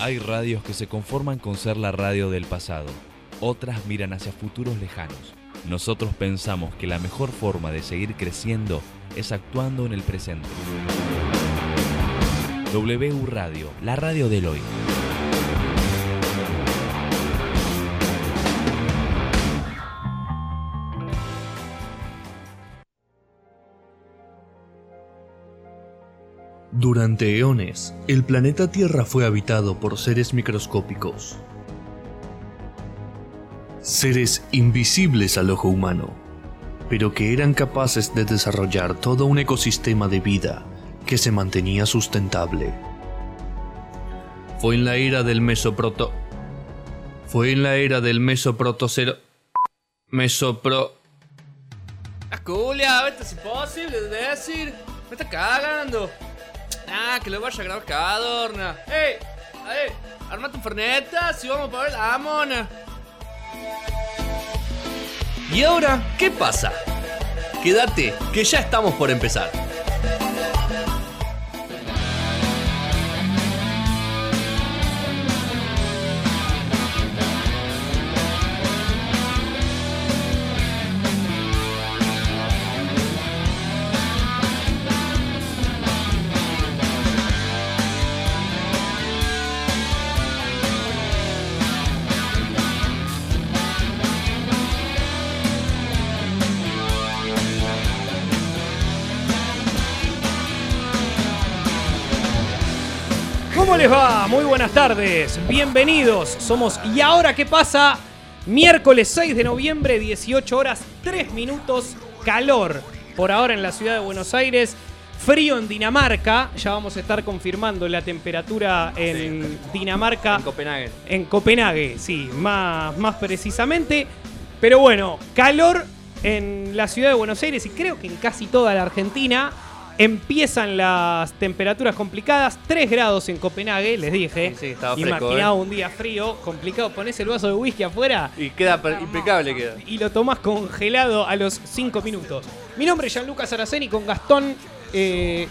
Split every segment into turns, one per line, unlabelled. Hay radios que se conforman con ser la radio del pasado, otras miran hacia futuros lejanos. Nosotros pensamos que la mejor forma de seguir creciendo es actuando en el presente. W Radio, la radio del hoy.
Durante eones, el planeta Tierra fue habitado por seres microscópicos, seres invisibles al ojo humano, pero que eran capaces de desarrollar todo un ecosistema de vida que se mantenía sustentable. Fue en la era del mesoproto... Fue en la era del mesoprotocero... Mesopro...
Ah, Julia, esto es imposible de decir. Me está cagando. Ah, que lo vaya a grabar cada adorna. ¡Ey! ¡Ey! Armate un ferneta si vamos para ver la mona.
¿Y ahora qué pasa? Quédate, que ya estamos por empezar.
¿Cómo les va? Muy buenas tardes, bienvenidos. Somos ¿Y ahora qué pasa? Miércoles 6 de noviembre, 18 horas 3 minutos, calor por ahora en la ciudad de Buenos Aires, frío en Dinamarca, ya vamos a estar confirmando la temperatura en Dinamarca,
Ah.
En Copenhague.
en Copenhague, sí, más, más precisamente. Pero bueno, calor en la ciudad de Buenos Aires y creo que en casi toda la Argentina. Empiezan las temperaturas complicadas, 3 grados en Copenhague, les dije.
Sí, sí, estaba fresco,
Imaginaba
¿eh?
un día frío, complicado, pones el vaso de whisky afuera
Y queda per- impecable queda.
y lo tomás congelado a los 5 minutos. Mi nombre es Gianluca Saraceni con Gastón eh,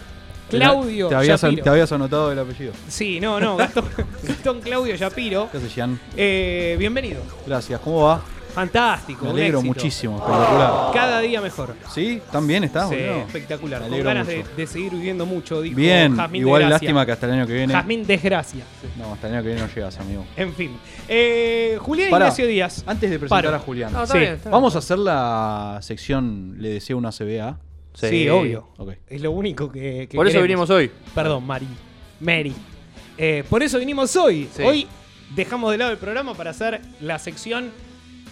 Claudio.
Te habías,
Yapiro.
te habías anotado el apellido.
Sí, no, no, Gastón, Gastón Claudio Yapiro.
¿Qué haces, Gian?
Eh, bienvenido.
Gracias, ¿cómo va?
Fantástico.
Me
un
alegro
éxito.
muchísimo, espectacular.
Cada día mejor.
¿Sí? ¿Tan bien estás,
Sí,
boludo?
espectacular.
Me
Con
alegro
ganas de,
mucho.
de seguir viviendo mucho, dijo
Bien,
Jazmín
igual
Desgracia.
lástima que hasta el año que viene.
Jazmín Desgracia.
No, hasta el año que viene no llegas, amigo.
En fin. Eh, Julián
Pará.
Ignacio Díaz.
Antes de presentar
Paro. Ah,
a Julián,
No, está
Sí.
bien, está bien.
vamos a hacer la sección Le deseo una CBA.
Sí, obvio.
Ok.
Es lo único que, que
Por eso vinimos
queremos.
hoy.
Perdón, Mari. Mary. Eh, por eso vinimos hoy.
Sí.
Hoy dejamos de lado el programa para hacer la sección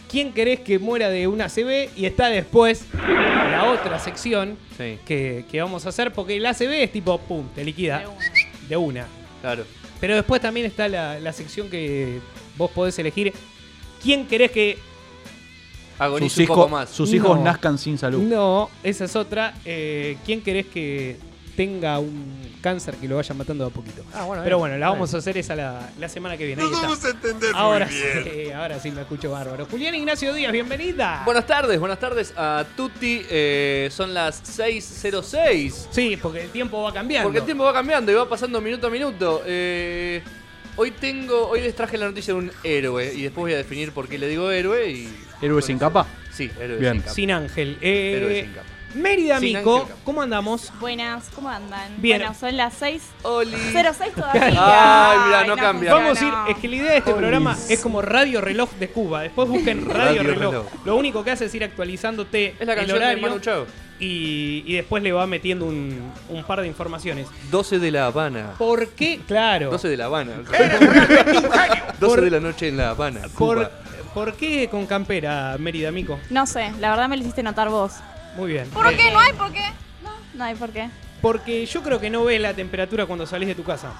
¿Quién querés que muera de una CB? Y está después la otra sección
Sí,
que, que vamos a hacer porque la CB es tipo, pum, te liquida de una.
claro.
Pero después también está la, la sección que vos podés elegir ¿Quién querés que...
Agoniza
Sus,
un poco
hijos-
más.
sus hijos
No.
nazcan sin salud.
No, esa es otra. Eh, ¿Quién querés que tenga un cáncer que lo vaya matando de a poquito?
Ah, bueno,
Pero
bien.
bueno, la vamos
Bien.
a hacer esa la, la semana que viene. Ahí está.
vamos a entender
Ahora
muy bien.
sí, ahora sí me escucho bárbaro. Julián Ignacio Díaz, bienvenida.
Buenas tardes, buenas tardes a Tutti. Eh, son las 6.06.
sí, porque el tiempo va cambiando.
Porque el tiempo va cambiando y va pasando minuto a minuto. Eh, hoy tengo, hoy les traje la noticia de un héroe y después voy a definir por qué le digo héroe y.
¿Héroe sin capa?
Sí, héroe
Bien.
sin capa.
Sin Ángel. Eh,
Héroe sin capa.
Mérida
Sin
Mico,
Ángel Capa.
¿cómo andamos?
Buenas, ¿cómo andan?
Bien.
Bueno, son las 6.
Oli.
06 todavía.
Ay, mirá, no cambia. Ya
Vamos
no.
a ir, es que la idea de este programa es como Radio Reloj de Cuba. Después busquen Radio,
Radio
Reloj.
Reloj.
Lo único que hace es ir actualizándote
Es la
el
canción de
horario
Manu Chao.
y, y después le va metiendo un, un par de informaciones.
12 de La Habana.
¿Por qué? Claro.
12 de La Habana. 12 de la noche en La Habana.
¿Por,
Cuba.
¿Por qué con campera, Mérida Mico?
No sé, la verdad me lo hiciste notar vos.
Muy bien.
¿Por qué? ¿No hay por qué? No, no hay por qué.
Porque yo creo que no ves la temperatura cuando salís de tu casa.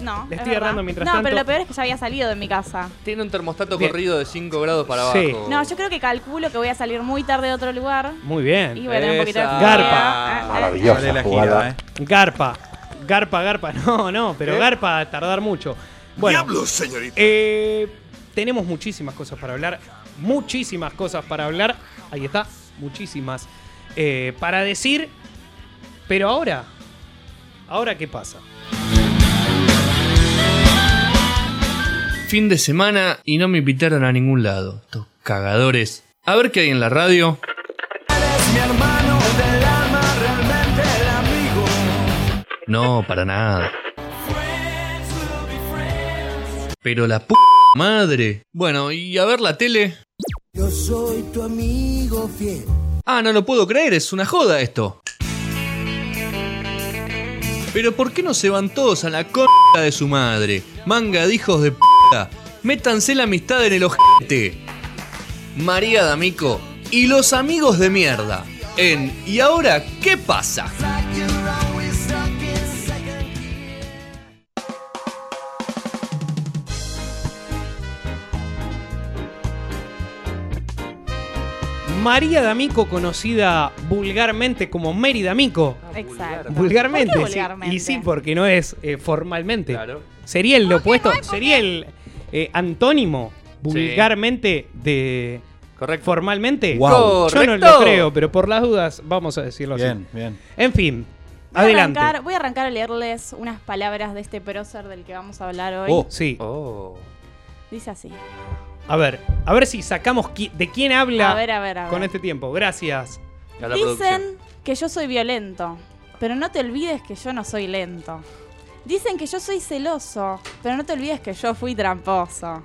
No.
Le
es
estoy
verdad.
errando mientras
No, pero
tanto.
lo peor es que ya había salido de mi casa.
Tiene un termostato
Bien.
corrido de 5 grados para abajo.
Sí.
No, yo creo que calculo que voy a salir muy tarde de otro lugar.
Muy
Y
bien.
voy a tener un poquito de
Esa.
frío.
Garpa.
Ah, ah.
Sale la gira, eh.
Garpa. Garpa, garpa. No, no, pero
¿Eh?
garpa a tardar mucho. Bueno,
Diablos, señorita.
eh, tenemos muchísimas cosas para hablar. Muchísimas cosas para hablar. Ahí está. Muchísimas eh, para decir. Pero ahora, ¿ahora qué pasa?
fin de semana y no me invitaron a ningún lado. Estos cagadores. A ver qué hay en la radio. No, para nada. Pero la p madre. Bueno, y a ver la tele.
Yo soy tu amigo fiel.
Ah, no lo puedo creer, es una joda esto. Pero ¿por qué no se van todos a la c*** de su madre? Manga de hijos de p***. Métanse la amistad en el ojete. María D'Amico y los amigos de mierda. En ¿Y ahora qué pasa?
María D'Amico, conocida vulgarmente como Mary D'Amico.
Exacto.
Vulgarmente,
¿Por qué
sí.
vulgarmente?
Y sí, porque no es eh, formalmente.
Claro.
Sería el opuesto, sería el eh, antónimo vulgarmente de
Correcto.
formalmente.
Guau.
Yo no lo
Correcto.
creo, pero por las dudas vamos a decirlo
Bien, bien.
así. En fin,
Voy a
adelante.
arrancar- voy a arrancar a leerles unas palabras de este prócer del que vamos a hablar hoy.
Oh, sí.
Oh.
Dice así.
A ver, a ver si sacamos qui- de quién habla
A ver, a ver, a ver.
con este tiempo. Gracias.
A la producción.
Dicen que yo soy violento, pero no te olvides que yo no soy lento. Dicen que yo soy celoso, pero no te olvides que yo fui tramposo.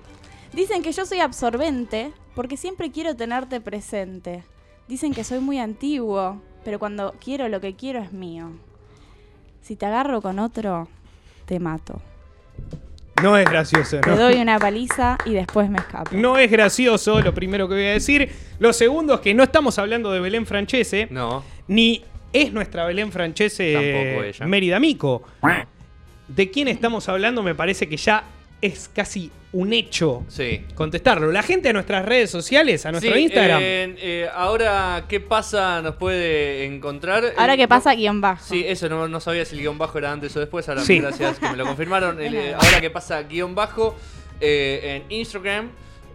Dicen que yo soy absorbente, porque siempre quiero tenerte presente. Dicen que soy muy antiguo, pero cuando quiero lo que quiero es mío. Si te agarro con otro, te mato.
No es gracioso,
Te
¿no?
doy una paliza y después me escapo.
No es gracioso, lo primero que voy a decir. Lo segundo es que no estamos hablando de Belén Francese,
No.
ni es nuestra Belén
Tampoco
Francese
ella.
Mérida Mico. ¿De quién estamos hablando? Me parece que ya es casi un hecho
Sí.
contestarlo. La gente a nuestras redes sociales, a nuestro
Sí,
Instagram.
en, eh, ahora, ¿qué pasa? Nos puede encontrar.
Ahora
Eh,
que
no-
pasa, guión bajo.
Sí,
eh,
eso, no, no sabía si el guión bajo era antes o después, ahora
Sí.
gracias que me lo confirmaron. El,
De
eh,
nada.
ahora que pasa guión bajo eh, en Instagram,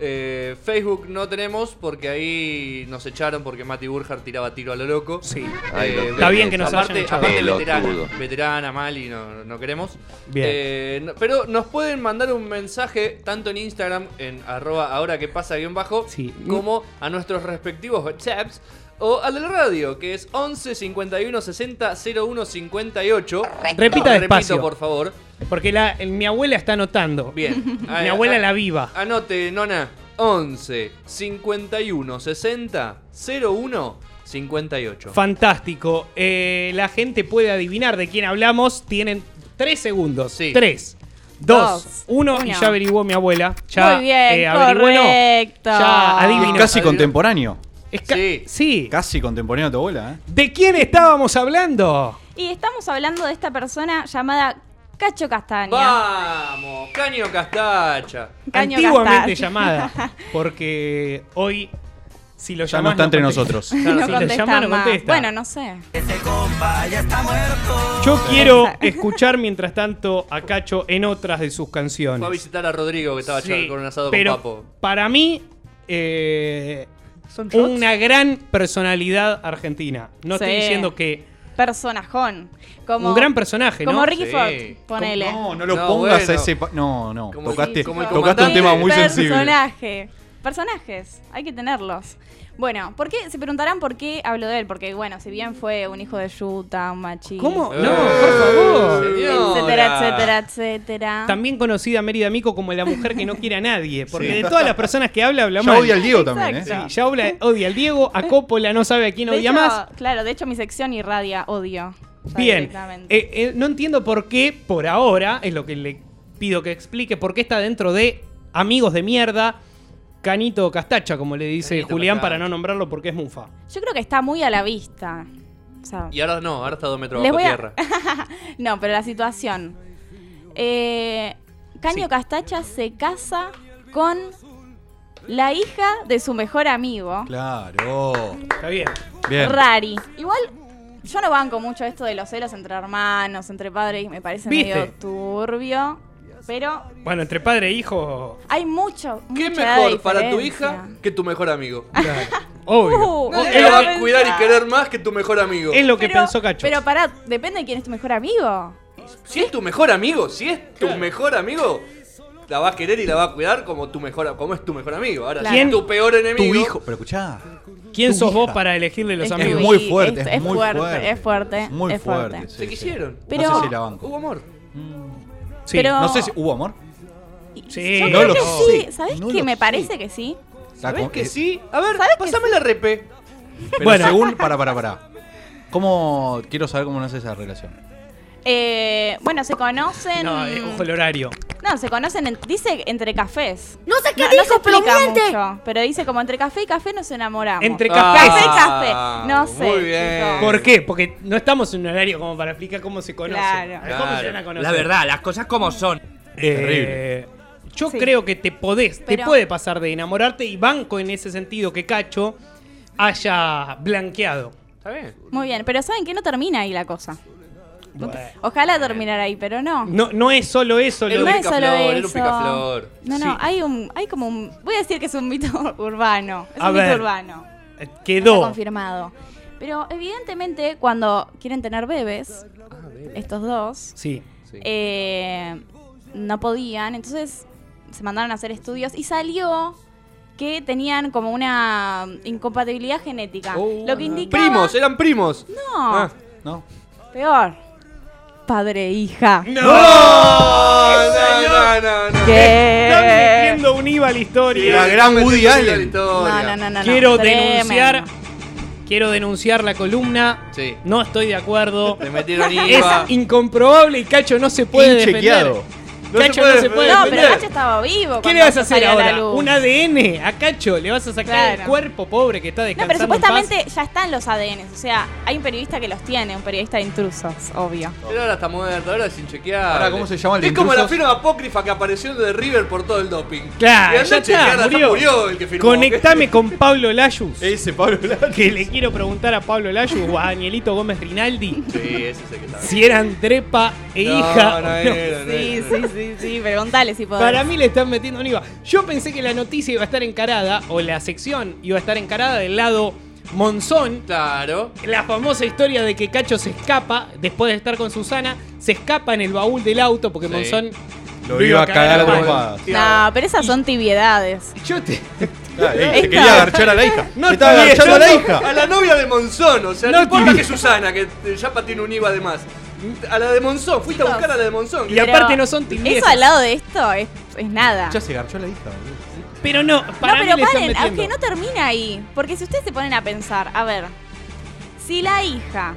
eh, Facebook no tenemos porque ahí nos echaron porque Mati Burjar tiraba tiro a lo loco.
Sí.
Eh,
Está bien que nos
aparte,
hayan echado.
aparte
Pelotudo.
veterana, veterana mal y no, no queremos.
Bien.
Eh, no- pero nos pueden mandar un mensaje tanto en Instagram, en arroba ahora que pasa guión bajo,
Sí.
como a nuestros respectivos WhatsApps o al de la radio, que es 11 51 60 01 58.
Repita despacio.
Repito, por favor.
Porque la- el- mi abuela está anotando.
Bien.
Mi abuela la viva.
Anote, nona. 11 51 60 01 58.
Fantástico. Eh, la gente puede adivinar de quién hablamos. Tienen tres segundos.
Sí.
Tres, dos,
Dos,
uno, y
uno.
ya averiguó mi abuela. Ya,
Muy bien,
eh, averiguó, no.
correcto.
Ya adivinó.
Divino.
Casi
Adivino.
contemporáneo.
Es ca-
Sí.
sí.
Casi contemporáneo a tu abuela, ¿eh?
¿De quién estábamos hablando?
Y estamos hablando de esta persona llamada Cacho Castaña.
Vamos, caño castacha.
Caño
Antiguamente
Castaña.
llamada. Porque hoy, si lo
Ya
llamamos.
no está entre nosotros.
No
si le
contesta
llama, no
más.
contesta.
Bueno, no sé.
Yo quiero escuchar mientras tanto a Cacho en otras de sus canciones.
Fue a visitar a Rodrigo que estaba
Sí,
charlando con un asado
pero
con papo.
Para mí, eh, una gran personalidad argentina. No
Sí.
estoy diciendo que.
Personajón. Como,
un gran personaje,
como
¿no?
Ricky
Sí.
Ford, ponele.
No, no lo
No,
pongas
bueno.
a ese. pa- No, no.
Como
Tocaste,
el- como el
tocaste un tema muy sensible.
Personaje. Personajes, hay que tenerlos. Bueno, ¿por qué? Se preguntarán por qué hablo de él, porque bueno, si bien fue un hijo de Utah, un machista,
¿Cómo? No,
Eh,
por favor.
señora.
etcétera, etcértera, etcétera.
También conocida Mérida Mico como la mujer que no quiere a nadie. Porque de todas las personas que habla, habla
Ya
mal.
odia al Diego también, ¿eh?
Exacto.
Sí, ya habla- odia al Diego, a Coppola no sabe a quién
De
odia
hecho,
más.
Claro, de hecho mi sección irradia odio. ya
Bien,
directamente.
eh, eh, no entiendo por qué, por ahora, es lo que le pido que explique, por qué está dentro de Amigos de Mierda, Canito Castacha, como le dice
Canito
Julián,
Castacha.
para no nombrarlo porque es Mufa.
Yo creo que está muy a la vista. O sea,
Y ahora no, ahora está dos metros
Les
bajo
voy a-
tierra.
no, pero la situación. Eh, Caño
Sí.
Castacha se casa con la hija de su mejor amigo,
Claro.
Está bien.
Bien.
Rari. Igual yo no banco mucho esto de los celos entre hermanos, entre padres, me parece
¿Viste?
medio turbio. Pero
Bueno, entre padre e hijo,
hay mucho.
¿Qué
mucha
mejor para tu
diferencia.
hija que tu mejor amigo?
obvio.
Uh,
Nadie
pero
la va a
pensá.
cuidar y querer más que tu mejor amigo.
Es lo que
Pero-
pensó Cacho.
Pero pará, depende de quién es tu mejor amigo.
Si es tu mejor amigo, si es tu mejor amigo,
la va a querer y la va a cuidar como tu mejor, como es tu mejor amigo. Ahora,
Claro.
si es tu peor enemigo.
Tu hijo, pero escuchá.
¿Quién
tu
sos vos
hija.
para elegirle los
Es
Es
amigos?
tu-
muy
Sí,
fuerte,
es-
es,
es
muy
fuerte,
fuerte,
es fuerte,
Muy
es
fuerte.
fuerte.
sí,
Se
sí.
quisieron.
Pero-
No sé si la banco.
Hubo amor.
Sí.
Pero-
No sé si hubo amor.
Y-
Sí.
Yo
No
creo
lo
que
sé.
sí. ¿Sabes
No
qué?
lo
Me
sé.
parece que sí.
¿Sabes
La con-
que
eh,
sí? A ver,
¿Sabes que
pasame la repe.
Pero
Bueno.
según, para, para, para. ¿Cómo quiero saber cómo nace esa relación?
Eh, bueno, se conocen.
No, eh, ojo el horario.
No, se conocen, en- dice entre cafés.
No sé qué
No, no se
dijo, pero
explica
miente.
mucho, pero dice como entre café y café nos enamoramos.
Entre
Ah,
cafés.
café y café. No sé.
muy bien.
chicos.
¿Por qué? Porque no estamos en un horario como para explicar cómo se conocen.
Claro.
¿Cómo se van a conocer?
La verdad, las cosas como son.
Eh,
Terrible.
Yo
Sí.
creo que te podés, te
Pero-
puede pasar de enamorarte y banco en ese sentido que Cacho haya blanqueado.
Está bien.
Muy bien, pero ¿saben que no termina ahí la cosa?
Bueno.
Ojalá terminara ahí, pero no.
No, no es solo eso, lo
Era
No
un
de-
es solo
picaflor, era un
eso.
picaflor.
No, no,
Sí.
hay un hay como un voy a decir que es un mito urbano, es
A
un
ver.
mito urbano. Está
eh, quedó.
confirmado. Pero evidentemente cuando quieren tener bebés,
Ah,
estos dos,
Sí.
eh, no podían, entonces se mandaron a hacer estudios y salió que tenían como una incompatibilidad genética.
Oh,
Ah, lo que indicaba...
eh.
Primos, eran primos.
No,
Ah.
¿No?
peor. Padre e hija.
¡No!
no, no, no, no.
¿Qué?
Están
Eh.
metiendo un IVA a la historia.
La gran Woody
La
Allen.
No,
historia.
no, no, no, no.
Quiero
Tremendo.
denunciar. Quiero denunciar la columna.
Sí.
No estoy de acuerdo.
Le metieron
Es
IVA.
incomprobable y Cacho no se puede defender.
Inchequeado.
No se
Cacho
puede
no se puede
defender.
No, pero
defender.
Cacho estaba vivo.
¿Qué
cuando
le vas
eso
a hacer
salió la
ahora?
luz.
¿Un ADN? ¿A Cacho le vas a sacar el
Claro.
cuerpo pobre que está
No,
descansando
pero
en paz?
supuestamente ya están los ADN. O sea, hay un periodista que los tiene, un periodista de intrusos, obvio.
Pero ahora está muerto, ahora es inchequeable.
Ahora, ¿cómo se llama el
Es como la
intruso?
firma apócrifa que apareció de River por todo el doping.
Claro,
y andá
ya
a chequear,
está,
hasta
murió.
el que firmó.
Conectame con Pablo Layus.
Ese Pablo Lari.
Que le quiero preguntar a Pablo Layus o a Danielito Gómez Rinaldi
Sí, ese es el que está.
si eran trepa e
No,
hija. o
no
no.
era, no
Sí,
era.
sí, sí, sí, preguntale si podés.
Para mí le están metiendo un IVA. Yo pensé que la noticia iba a estar encarada, o la sección iba a estar encarada del lado Monzón.
Claro.
La famosa historia de que Cacho se escapa, después de estar con Susana, se escapa en el baúl del auto porque
Sí.
Monzón...
Lo iba a cagar a
mal.
trompadas.
No, pero esas son tibiedades.
Yo te-
Ah, eh,
Esta-
Se quería agarchar a la hija.
No
Se estaba
te-
agarchando a la hija.
A la novia de Monzón, o sea, no,
No
importa
tiene-
que Susana, que eh, ya pa' tiene un IVA de más. A la de Monzón, fuiste a buscar a la de Monzón.
Y aparte no son tibiezas.
Eso al lado de esto es, es nada.
Ya se garchó a la hija, boludo.
Pero no,
No,
para mí
pero
le están
paren,
metiendo.
aunque no termina ahí. Porque si ustedes se ponen a pensar, a ver, si la hija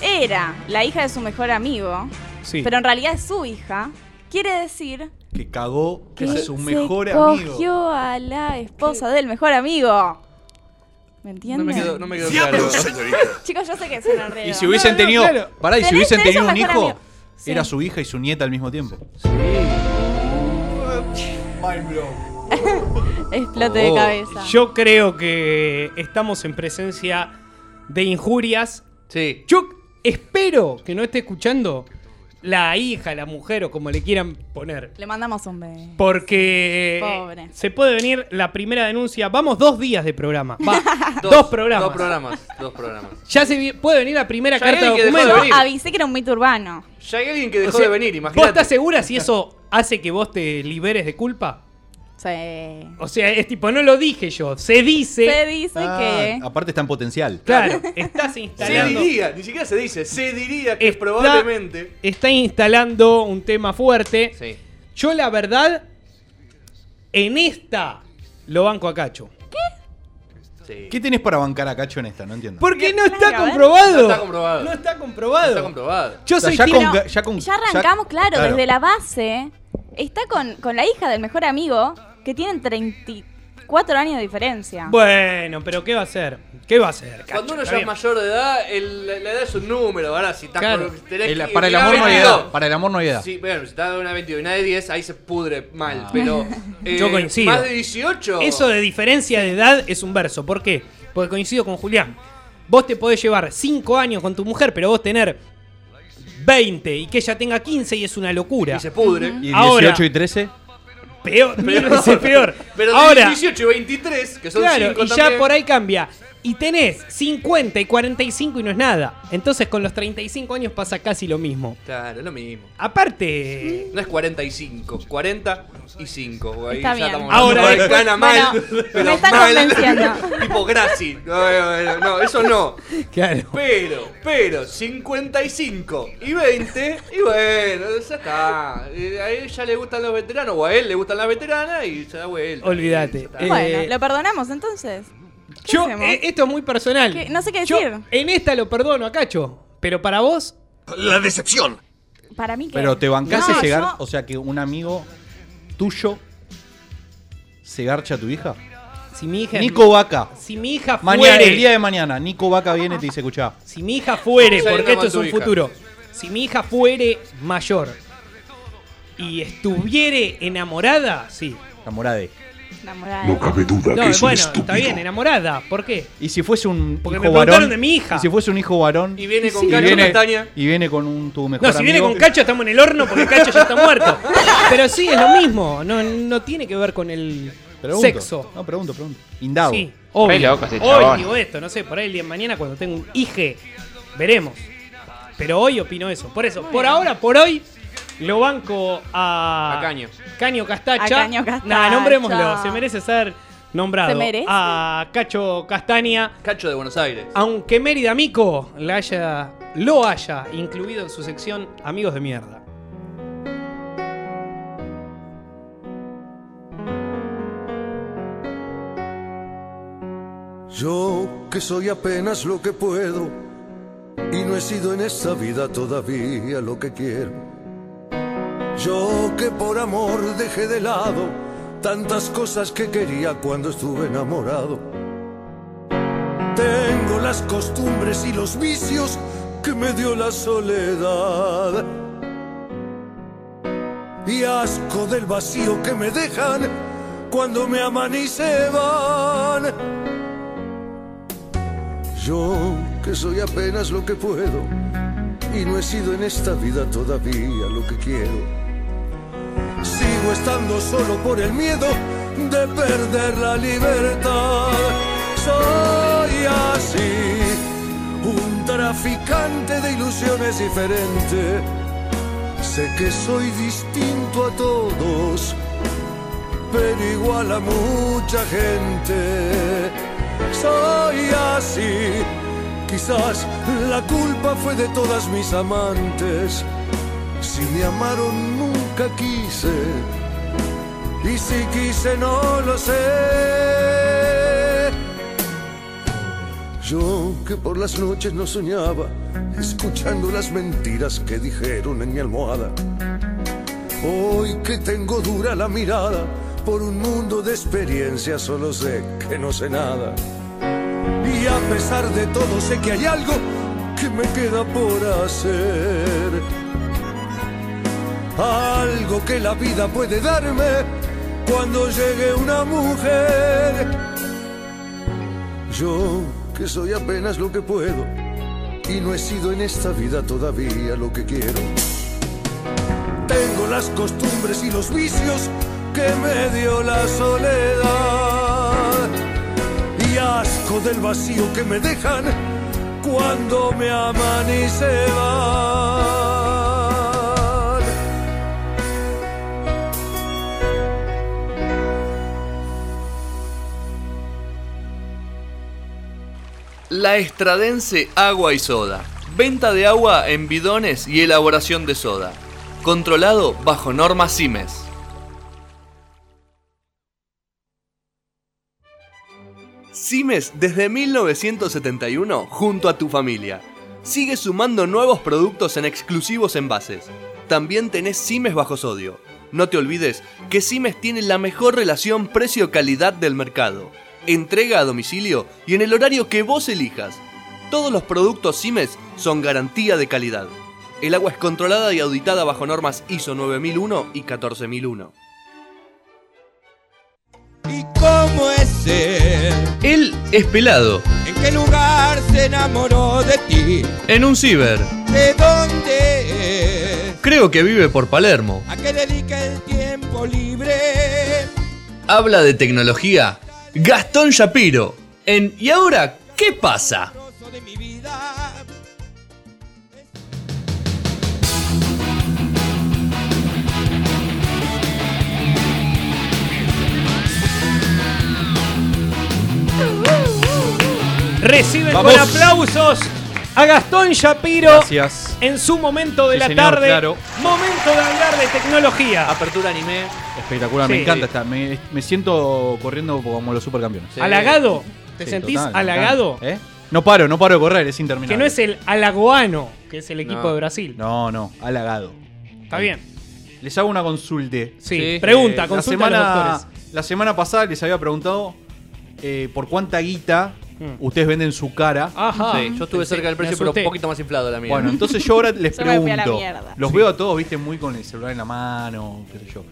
era la hija de su mejor amigo,
Sí.
pero en realidad es su hija, quiere decir
Que cagó
que
a su
se
mejor amigo.
cogió a la esposa del mejor amigo. ¿Me
No
entienden?
me quedó, no me quedó claro.
Chicos, yo sé que suena enredo.
Y si hubiesen
No, no,
tenido.
claro.
Pará, y si
Tenés-
hubiesen
tenés
tenido
un
un
mejor
hijo,
amigo. Sí.
era su hija y su nieta al mismo tiempo.
Explote de
Oh,
cabeza.
Yo creo que estamos en presencia de injurias.
Sí.
Yo espero que no esté escuchando la hija, la mujer o como le quieran poner.
Le mandamos un beso.
Porque
Pobre.
se puede venir la primera denuncia. Vamos dos días de programa. Va, dos, programas.
Dos programas, dos programas.
Ya se vi- puede venir la primera
Ya
carta
hay
de
que dejó de
documento.
venir.
Yo avisé que era un mito urbano.
Ya hay alguien que dejó
O sea,
de venir,
¿Vos estás
imagínate.
segura si eso hace que vos te liberes de culpa?
Sí.
O sea, es tipo, no lo dije yo. Se dice.
Se dice que.
Ah, Aparte está en potencial.
Claro, estás
Se
instalando.
diría, ni siquiera se dice, se diría que
Está-
probablemente.
Está instalando un tema fuerte.
Sí.
Yo, la verdad, en esta lo banco a Cacho.
Sí.
¿Qué tenés para bancar a Cacho en esta? No entiendo.
Porque no
Claro,
está
a ver.
comprobado.
No está comprobado.
No está comprobado.
Está comprobado.
Yo
O sea,
soy
ya
team-
con-
Pero
ya con-
ya arrancamos,
ya-
claro,
claro.
desde la base. Está con, con la hija del mejor amigo, que tienen 34 años de diferencia.
Bueno, pero ¿qué va a hacer? ¿Qué va a hacer? Cacho?
Cuando uno
Está
ya es
bien.
mayor de edad, el- la la edad es un número. Ahora, si estás
Claro.
con- tenés
El-
que-
para el
mirá,
amor no hay
22.
edad. Para el amor no hay edad.
Sí, bueno, si estás con una 22 y una de 10, ahí se pudre mal.
Ah.
Pero. eh,
Yo coincido.
Más de 18.
Eso de diferencia de edad es un verso. ¿Por qué? Porque coincido con Julián. Vos te podés llevar 5 años con tu mujer, pero vos tener 20 y que ella tenga 15 y es una locura.
Y se pudre.
Y 18
Ahora-
y 13.
Peor, mil veces peor.
Pero de
Ahora,
18 y 23, que son
claro,
5
y ya por ahí cambia. Y tenés 50 y 45 y no es nada. Entonces con los 35 años pasa casi lo mismo.
Claro, es lo mismo.
Aparte,
No es 45, 40 y 5. güey.
Está
ya
bien.
estamos
Ahora,
hablando
eh,
de gana mal.
bueno,
pero
me está
mal.
convenciendo.
tipo Graci. No, no, no, no, eso no.
claro.
Pero, pero, 55 y 20, y bueno, ya está. Eh, A él ya le gustan los veteranos, o a él le gustan las veteranas y se da vuelta.
Olvídate.
Ya está.
Eh,
Bueno, ¿lo perdonamos entonces? ¿Qué
Yo,
hacemos?
eh, esto es muy personal.
¿Qué? No sé qué
Yo
decir.
en esta lo perdono a Cacho, pero para vos,
Para mí que.
Pero te bancás
No,
a cegar,
yo-
o sea que un amigo tuyo se garcha a tu hija.
si mi hija.
Nico Vaca.
Si mi hija
Mañana,
fuere.
el día de mañana, Nico Vaca viene y te dice, escuchá,
Si mi hija fuere,
Desayuna
porque esto
con
es
tu
un
hija.
futuro. Si mi hija fuere mayor y estuviere enamorada, sí.
enamorade.
Enamorada.
No, bueno, está bien, enamorada. ¿Por qué?
Y si fuese un
Porque
hijo
me preguntaron
varón.
de mi hija.
Y si fuese un hijo varón.
Y viene con
y
Cacho
viene-
Castaña.
y viene con un tu mejor
No, si viene
amigo. eh,
con Cacho estamos en el horno porque Cacho ya está muerto. Pero sí, es lo mismo. No, no tiene que ver con el
Pregunto.
sexo.
No, pregunto, pregunto. Indago.
Sí, obvio.
Re loco ese
hoy
chabón.
digo esto, no sé, por ahí el día de mañana cuando tengo un hije, veremos. Pero hoy opino eso. Por eso, por ahora, por hoy, lo banco a...
A Caño.
Caño Castacha.
A Caño Castacha.
Nah, nombrémoslo, se merece ser nombrado.
¿Se merece?
A Cacho Castaña.
Cacho de Buenos Aires.
Aunque Mérida Mico la haya, lo haya incluido en su sección Amigos de Mierda.
Yo que soy apenas lo que puedo y no he sido en esta vida todavía lo que quiero. Yo que por amor dejé de lado tantas cosas que quería cuando estuve enamorado. Tengo las costumbres y los vicios que me dio la soledad. Y asco del vacío que me dejan cuando me aman y se van. Yo que soy apenas lo que puedo y no he sido en esta vida todavía lo que quiero. Sigo estando solo por el miedo de perder la libertad. Soy así, un traficante de ilusiones diferente. Sé que soy distinto a todos, pero igual a mucha gente. Soy así, quizás la culpa fue de todas mis amantes. Si me amaron nunca quise, y si quise no lo sé. Yo que por las noches no soñaba, escuchando las mentiras que dijeron en mi almohada. Hoy que tengo dura la mirada, por un mundo de experiencias solo sé que no sé nada. Y a pesar de todo sé que hay algo que me queda por hacer. Algo que la vida puede darme cuando llegue una mujer. Yo que soy apenas lo que puedo y no he sido en esta vida todavía lo que quiero. Tengo las costumbres y los vicios que me dio la soledad. Y asco del vacío que me dejan cuando me aman y se van.
La Estradense Agua y Soda. Venta de agua en bidones y elaboración de soda. Controlado bajo normas CIMES. CIMES desde 1971 junto a tu familia. Sigue sumando nuevos productos en exclusivos envases. También tenés CIMES bajo sodio. No te olvides que CIMES tiene la mejor relación precio-calidad del mercado. Entrega a domicilio y en el horario que vos elijas. Todos los productos CIMES son garantía de calidad. El agua es controlada y auditada bajo normas ISO 9001 y 14001.
¿Y cómo es él?
Él es pelado,
¿En qué lugar se enamoró de ti?
en un ciber.
¿De dónde es?
Creo que vive por Palermo.
¿A qué dedica el tiempo libre?
habla de tecnología Gastón Shapiro en ¿Y ahora ¿Qué pasa?
de mi vida.
Reciben
Vamos.
con aplausos a Gastón Shapiro
Gracias.
en su momento de
Sí,
la
señor,
tarde.
claro.
Momento de hablar de tecnología.
Apertura anime.
Espectacular,
Sí.
me encanta esta. Me, me siento corriendo como los supercampeones.
Sí.
¿Halagado? ¿Te
Sí,
sentís
total, me
halagado?
encanta. ¿Eh? No paro, no paro de correr, es interminable.
Que no es el Alagoano, que es el equipo
No.
de Brasil.
No, no, halagado.
Está bien.
Les hago una consulta.
Sí,
Sí.
pregunta,
Eh,
consulta
la semana,
a los doctores.
La semana pasada les había preguntado eh, por cuánta guita
Mm.
ustedes venden su cara.
Ajá.
Sí, yo estuve cerca del
me
precio, pero
asusté.
un poquito más inflado la mía. Mm.
Bueno, entonces yo ahora les
Yo me fui a la
pregunto.
mierda.
Los veo a todos, viste, muy con el celular en la mano, qué sé yo.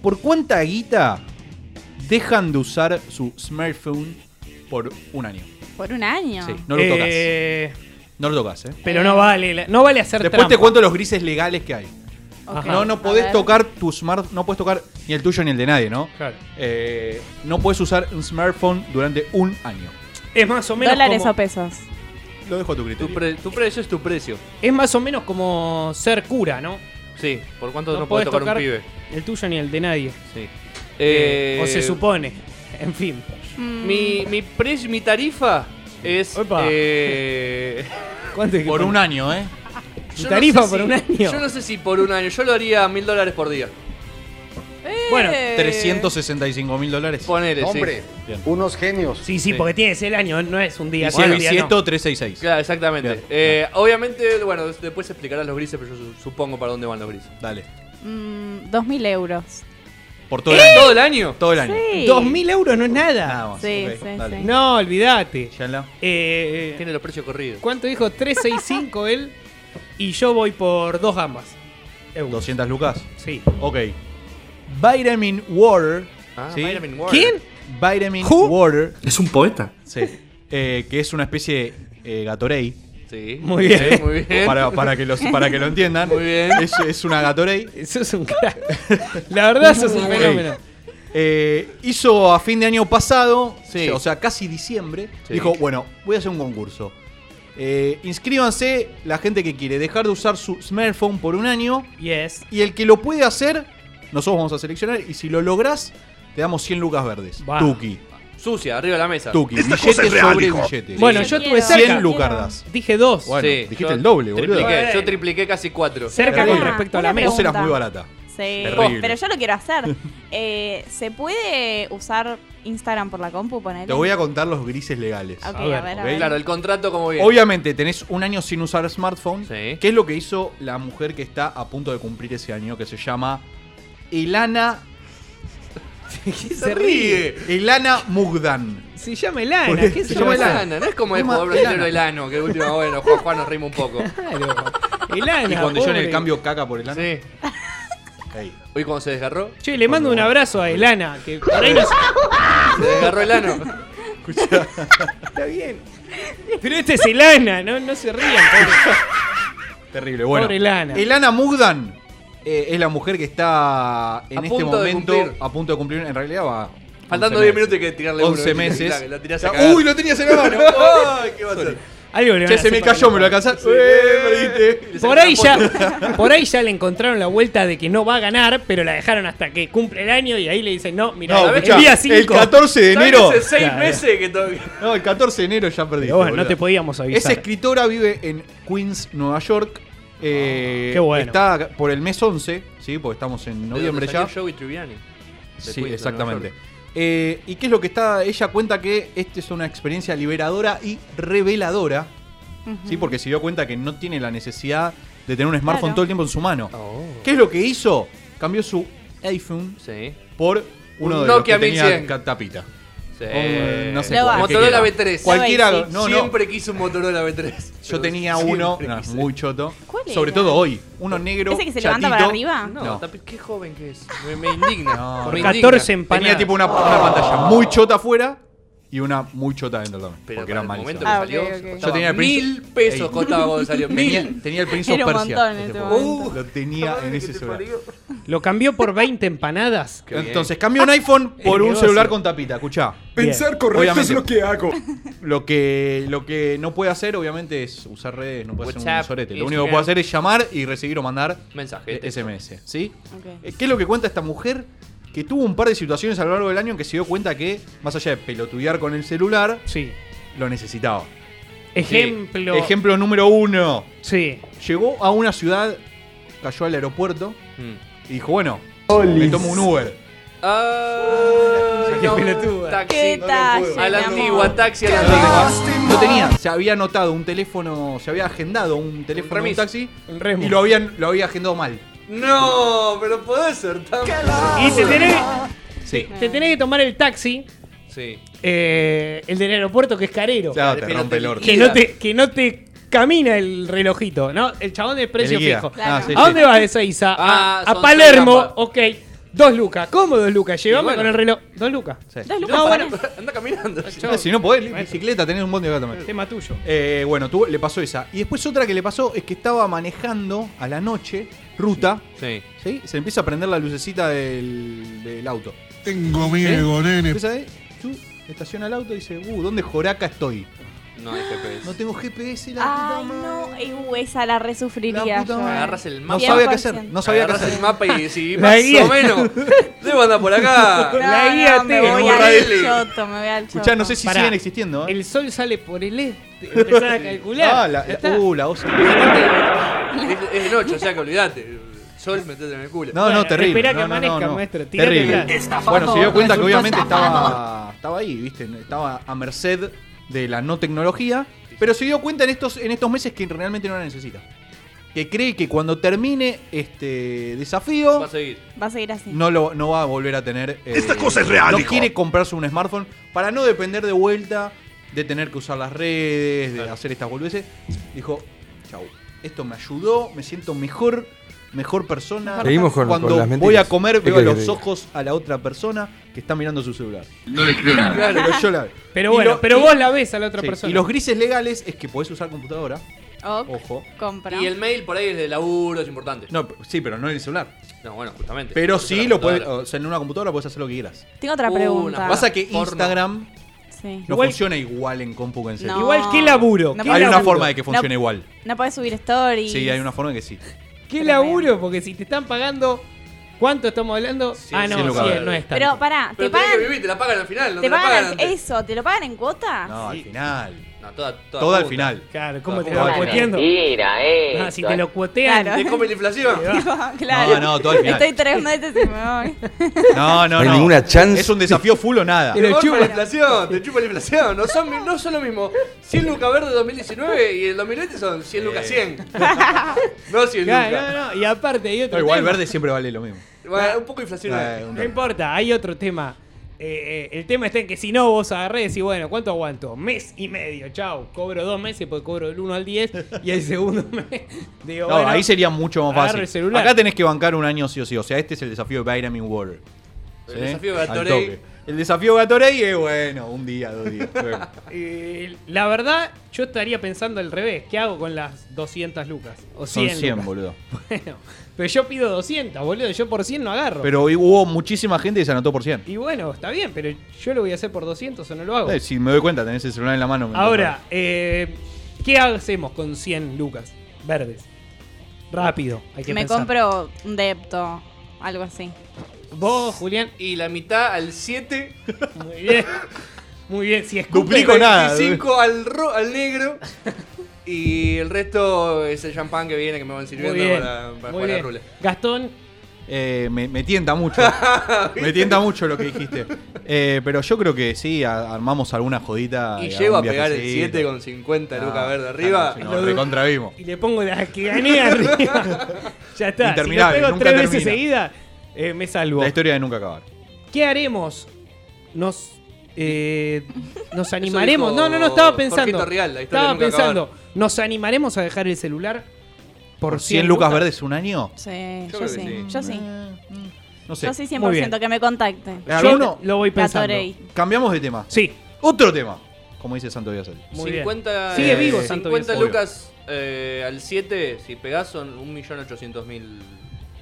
¿Por cuánta guita dejan de usar su smartphone por un año?
Por un año.
Sí, no lo tocas.
Eh,
No lo tocas, eh.
pero no vale, la- no vale hacer
Después
trampa.
te cuento los grises legales que hay.
Ok,
No,
a
no podés
ver.
tocar tu smart, no podés tocar ni el tuyo ni el de nadie, ¿no?
Claro.
Eh, no podés usar un smartphone durante un año.
Es más o menos
Dólares
como,
o pesos.
Lo dejo a tu criterio.
tu, pre- tu precio es tu precio.
es más o menos como ser cura, ¿no?
Sí, por cuánto no,
No
puede
podés
tocar,
tocar-
un pibe.
El tuyo ni el de nadie.
Sí.
o se
Eh,
supone. En fin.
Mm,
Mi, mi precio, mi tarifa es.
Opa.
eh,
¿Cuánto es que
Por
pone?
un año, ¿eh?
yo no
tarifa
sé
por
si-
un año?
Yo no sé si por un año. Yo lo haría a mil dólares por día.
Bueno,
eh,
365 mil dólares.
Ponele, sí.
Hombre, unos genios.
Sí, sí,
Sí.
porque tienes el año, no es un día.
Y
sí,
si es
un día no.
bisiesto, 366.
Claro, exactamente.
Bien.
Eh, Obviamente, bueno, des- después explicarás los grises, pero yo su- supongo para dónde van los grises.
Dale.
mm, 2.000 euros.
Por todo el año.
¿Todo el año?
Todo el año.
¡Eh! Sí.
2.000 euros no es nada.
Nada más.
Sí,
ok,
sí,
dale.
sí.
No, olvídate.
Yala.
Eh,
Tiene los precios corridos.
¿Cuánto dijo? 365 él. Y yo voy por dos gambas. Euros.
200 lucas.
Sí.
Ok. Vitamin Water.
Ah,
¿sí?
Vitamin Water.
¿Quién?
Vitamin
Who?
Water.
¿Es un poeta?
Sí. Eh, que es una especie de eh, Gatorade.
Sí.
Muy bien.
Sí, muy bien.
Para, para que los, para que lo entiendan.
Muy bien.
Es, es una Gatorade.
Eso es un crack. La verdad, eso es un
Ok.
fenómeno.
Eh, hizo a fin de año pasado,
Sí.
o sea, casi diciembre,
Sí.
dijo, bueno, voy a hacer un concurso. Eh, inscríbanse la gente que quiere dejar de usar su smartphone por un año
Yes.
y el que lo puede hacer, nosotros vamos a seleccionar y si lo lográs, te damos 100 lucas verdes.
Va.
Tuki,
Sucia, arriba de la mesa.
tuki, billete sobre billete.
Bueno, yo
Quiero,
estuve
quiero.
100
cerca.
lucardas.
Dije dos.
Bueno,
Sí,
dijiste
yo
el doble, boludo.
tripliqué, yo tripliqué casi cuatro.
Cerca
Terrible.
con respecto a la
Una
mesa.
Vos eras
pregunta.
muy barata.
Sí,
Terrible.
pero yo lo quiero hacer. Eh, ¿Se puede usar Instagram por la compu? Ponele?
Te voy a contar los grises legales.
Ok,
a
a
ver,
ver,
ok.
a ver.
Claro, el contrato como bien.
Obviamente tenés un año sin usar smartphone,
Sí.
que es lo que hizo la mujer que está a punto de cumplir ese año, que se llama Elana,
Se ríe.
Elana Mugdan.
Se llama Elana.
Porque
¿Qué
se
se
Como
llama
llama
el
Elana.
ano, no es como el
Toma,
jugador brasileño
Elana.
el ano, que última, bueno, Juan, Juan nos rima un poco.
Elana.
Y cuando yo en el
pobre.
cambio caca por Elana.
Sí.
Ey.
Hoy cuando se desgarró,
Che, le mando un abrazo a Elana. Que por ahí nos-
se desgarró el ano.
Está bien. Pero este es Elana, no, no se rían. pobre.
Terrible, bueno.
Pobre Elana.
Elana Mugdan eh, es la mujer que está en
A
este
punto de
momento
cumplir.
a punto de cumplir. En realidad va.
Faltando 10
11 meses.
minutos hay que tirarle
11
uno, ¿viste?
meses.
La- la tirás a cagar.
Uy, lo tenías en la mano. Ay, ¿qué va a hacer?
Algo le van
Che,
a
se
hacer
me
para
cayó,
la-
me lo alcanzaste. Eh, perdiste.
Por ahí, ya, por ahí ya le encontraron la vuelta de que no va a ganar, pero la dejaron hasta que cumple el año y ahí le dicen, no, mira,
No,
el
escuchá,
día
el
5.
14 de
¿Sabes?
enero.
Hace 6
Claro.
meses que todavía.
No, el 14 de enero ya perdí.
Pero bueno, no te podíamos
Esa
avisar.
escritora vive en Queens, Nueva York. Eh,
Qué bueno.
Está por el mes 11, ¿sí? Porque estamos en noviembre
¿De dónde
ya.
salió Joey Triviani. De
Sí,
Queens, de
exactamente.
Nueva York.
Eh, ¿Y qué es lo que está? Ella cuenta que esta es una experiencia liberadora y reveladora, ¿sí? Porque se dio cuenta que no tiene la necesidad de tener un smartphone
Mm. Claro.
todo el tiempo en su mano.
Oh.
¿Qué es lo que hizo? Cambió su iPhone
Sí.
por uno
Un
de
Nokia
los que
1100.
tenía ca- tapita.
Sí.
Un- Oh, no sé
Lo
cuál,
va.
el que
Motorola
quiera.
V3.
Cualquiera,
Lo va, sí.
no, no.
Siempre quiso un Motorola V3.
Yo tenía
Siempre
uno,
quise.
no, es muy choto.
¿Cuál era?
Sobre todo hoy, uno negro.
¿Ese que se levanta para
chatito.
arriba?
Ah, No,
No.
tapi- qué joven que es. Me, me indigna.
No.
me
Por
indigna.
14
Tenía
empanadas.
tipo una, una pantalla muy chota afuera y una muy chota dentro también.
Pero
porque
para
era
el momento
malísima.
que Ah, salió, ok, ok. costaba
el Prince-
mil pesos
Ey.
costaba cuando salió,
Tenía,
mil.
tenía el Prince
Era
of
un
Persia.
montón en
este
ese
momento.
momento.
lo tenía en ese celular.
Lo cambió por 20 empanadas.
Entonces cambio un iPhone por un celular con tapita, escuchá.
Pensar
correcto es lo
que hago. Lo que, lo que no puede hacer, obviamente, es usar redes, no puede hacer un
WhatsApp,
sorete. Lo
Instagram.
único que puede hacer es llamar y recibir o mandar
Mensaje.
SMS, ¿sí?
Ok.
Eh, ¿Qué es lo que cuenta esta mujer? Que tuvo un par de situaciones a lo largo del año en que se dio cuenta que, más allá de pelotudear con el celular, lo necesitaba.
Ejemplo.
Sí. Ejemplo número uno.
Sí.
Llegó a una ciudad, cayó al aeropuerto y dijo, bueno, me
Olis.
tomo un Uber. Ah.
no, taxi. No
Qué
lo
talle,
puedo. A la
mi amor.
antigua, taxi a la
No
antigua.
tenía. No tenía. Se había anotado un teléfono, se había agendado un teléfono de un
remis.
taxi y lo, habían, lo había agendado mal.
No, pero puede ser tan.
Y te tenés,
Sí.
te tenés que tomar el taxi,
Sí.
eh, el del aeropuerto que es carero.
Claro, te rompe el orto.
Que no te, que no te camina el relojito, ¿no? El chabón de precio
El guía.
fijo.
Claro. Ah, sí,
¿A dónde
sí.
vas de Seiza? A-
Ah,
a
son
Palermo,
seis
ok. Dos lucas. ¿Cómo dos lucas? Llévame
bueno.
con el reloj. Dos lucas.
Sí.
Dos
lucas,
No, bueno,
Anda caminando.
Ah, Si no podés, bicicleta, tenés un bondi acá también.
tema tuyo.
Eh, bueno, tuvo- le pasó esa. Y después otra que le pasó es que estaba manejando a la noche ruta.
Sí.
¿sí? Se le empieza a prender la lucecita del, del auto.
Tengo miedo, nene.
Empieza ahí, tú, estaciona el auto y dice, uh, ¿dónde joraca estoy?
No, hay GPS.
No tengo GPS, la
Ay, no, eh, uh, esa la resufriría.
puta
yo,
madre.
eh.
Agarras el mapa.
No sabía qué hacer, no sabía qué
Agarras
hacer.
el mapa y si
La
más
guía.
o menos. Debo andar por acá.
No, no, me voy
Como
al
Raeli.
choto, me voy al choto.
Escuchá, no sé si
Pará.
siguen existiendo. ¿eh?
El sol sale por el este. Empezar a calcular.
Ah, la,
Ya
la-
está.
uh, la osa.
Es- Es de noche, o sea que olvidate. Sol, metete en el culo.
No, no, terrible.
esperá que
no, no,
amanezca,
no, no.
maestro, tirate
Terrible.
atrás. Estafador.
Bueno, se dio cuenta que
Resultó
obviamente
estafador.
estaba, estaba ahí, ¿viste? Estaba a merced de la no tecnología. Pero se dio cuenta en estos, en estos meses que realmente no la necesita. Que cree que cuando termine este desafío,
Va a seguir.
Va a seguir así.
Eh. no, lo, no va a volver a tener. eh,
Esta cosa es real,
No
hijo.
quiere comprarse un smartphone para no depender de vuelta de tener que usar las redes, de hacer estas boludeces. Dijo, chau, esto me ayudó, me siento mejor, mejor persona.
Seguimos con-
Cuando
con las mentiras.
voy a comer
¿Qué
veo
querés que
los
te diga?
ojos a la otra persona que está mirando su celular.
No le creo nada.
Claro, pero yo la veo.
Pero
Y
bueno,
lo-
pero
y-
vos la ves a la otra
sí,
persona.
Y los grises legales es que podés usar computadora.
Ok,
Ojo.
compra.
Y el mail por ahí es de laburo, es importante.
No, sí, pero no en el celular.
No, bueno, justamente.
Pero
Usa
sí
la
lo Oh. puedes,
computadora.
o sea, en una computadora puedes hacer lo que quieras.
Tengo otra
Una
pregunta.
Pasa que
porno.
Instagram
Sí.
No
Igual-
funciona igual en compu que en serio.
No.
Igual que laburo.
No
¿Qué
hay una
laburo?
forma de que funcione
No.
igual.
No podés subir stories.
Sí, hay una forma que sí.
¿Qué laburo? Porque si te están pagando, ¿cuánto estamos hablando? ah, no,
cien lucas.
cien, no es tanto.
Pero pará,
Pero
¿te
tenés que
pagan,
vivir, te la pagan al final. No te,
te
la pagan
pagan
antes.
eso? ¿Te lo pagan en cuotas?
No, al final.
No, toda, toda
Todo al
puta.
final.
Claro, ¿cómo
No,
te lo van
claro.
cuoteando?
Mira, eh.
Ah, si te lo cuotean.
Claro.
¿Te come la inflación?
claro.
No, no, todo al final.
Estoy tres meses y me voy.
No, no,
hay
no.
ninguna chance.
Es un desafío full o nada.
Te chupa la inflación, te chupa la inflación. No son, no son lo mismo. 100 lucas verde 2019 y el 2020 son 100 lucas 100. No 100
Claro,
lucas.
no, no. Y aparte hay otro
No, igual
tema.
verde siempre vale lo mismo.
Bueno, un poco
Eh,
inflacionario.
un
No
toque.
importa, hay otro tema. Eh, eh, el tema está en que si no vos agarrés y decís, bueno, ¿cuánto aguanto? Mes y medio, chau. Cobro dos meses porque cobro del 1 al 10 y el segundo mes. Digo,
No,
bueno,
ahí sería mucho más
agarro
fácil.
el celular.
Acá tenés que bancar un año sí o sí. O sea, este es el desafío de Vitamin Water.
El
¿Sí?
desafío
Al
Gatorade.
toque. El desafío Gatorade es bueno, un día, dos días. Bueno.
Eh, la verdad, yo estaría pensando al revés. ¿Qué hago con las 200 lucas? O
Son
100
100,
lucas.
boludo.
Bueno, pero yo pido 200, boludo. Yo por 100 no agarro.
Pero hubo muchísima gente que se anotó por 100.
Y bueno, está bien, pero yo lo voy a hacer por 200 o no lo hago.
Eh, Si me doy cuenta, tenés el celular en la mano. mientras-
Ahora, eh, ¿qué hacemos con 100 lucas verdes? Rápido, hay que
Me
pensar.
compro un depto, algo así.
Vos, Julián,
Y la mitad al 7.
muy bien. Muy bien, si escupe,
Duplico nada.
25 al, ro- al negro. Y el resto es el champán que viene que me van
Muy
sirviendo
bien,
para, para
muy
jugar a
bien.
rule.
Gastón,
Eh, me, me tienta mucho. me tienta mucho lo que dijiste. Eh, pero yo creo que sí, a- armamos alguna jodita.
Y
Ah, algún
llego a pegar el
viajecito. Ah,
7 con 50
No,
lucas verde arriba.
claro, sí, no, recontravimos.
y le pongo la que gané arriba. ya está, si lo
Interminable,
pego
nunca
tres veces
termina.
seguida, eh, me salvo.
La historia de nunca acabar.
¿Qué haremos? Nos. eh, nos animaremos.
dijo
No, no, no, estaba
Jorgito
pensando.
Rial, la historia
estaba
nunca
pensando. ¿Nos animaremos a dejar el celular por
100 lucas verdes un año. Mm,
Sí,
Yo
yo,
creo que
sí.
sí.
Yo sí.
No sé. Eh,
Yo sí
Muy bien.
100% que me contacten.
¿Alguno?
Yo lo voy pensando.
Gatorade.
Cambiamos de tema.
Sí,
Otro tema, como dice Santo Díaz.
Muy bien.
50,
Sigue
eh,
vivo Santo
50
Obvio.
lucas eh, al 7, si pegás son 1.800.000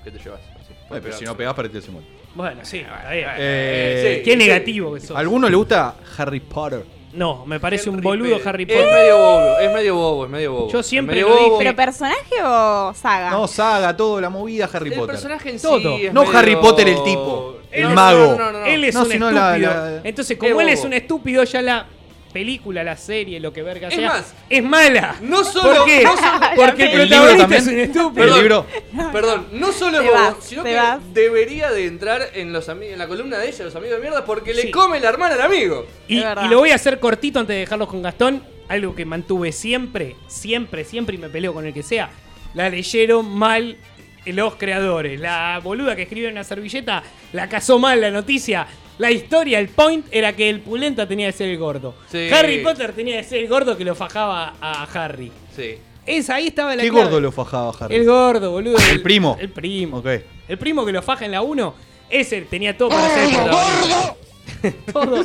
que te llevas. así, por
Bueno, pero
pegar.
si no pegás, perdés el muerto.
Bueno, sí, está bien.
Eh,
sí,
Qué
sí.
negativo que sos.
¿A alguno le gusta Harry Potter?
No, me parece un
Henry
boludo
Pe-
Harry
Es
Potter.
medio bobo, es medio bobo, es medio bobo.
Yo
Es
siempre
medio
lo dije,
bobo.
¿Pero personaje o saga?
No, saga, todo, la movida Harry
el
Potter.
personaje en
Todo.
sí es
No
medio-
Harry Potter el tipo, el
No, no,
mago.
No, no, no, no.
Él es
No,
un
sino
estúpido.
la- la-
Entonces,
Qué
como él
bobo.
es un estúpido, ya la película, la serie, lo que verga
Es
sea,
más,
es mala.
No solo,
¿Por qué?
no solo-
Porque el
¿El libro
protagonista
también?
es un estúpido.
El
Perdón.
libro.
Perdón, no solo es
Te
bobo,
vas,
sino
te
que
vas.
debería de entrar en, los ami- en la columna de ella, los amigos de mierda, porque
Sí.
le come la hermana al amigo.
Y,
Es verdad.
y lo voy a hacer cortito antes de dejarlos con Gastón. Algo que mantuve siempre, siempre, siempre y me peleo con el que sea. La leyeron mal los creadores. La boluda que escribió en la servilleta la cazó mal la noticia. La historia, el point, era que el pulenta tenía que ser el gordo.
Sí.
Harry Potter tenía que ser el gordo que lo fajaba a Harry.
Sí.
Es, ahí estaba la
¿Qué
clave.
gordo lo fajaba Harry?
El gordo, boludo.
¿El primo?
El primo.
Ok.
El primo que lo faja en la 1, ese tenía todo para ser el protagonista. todo,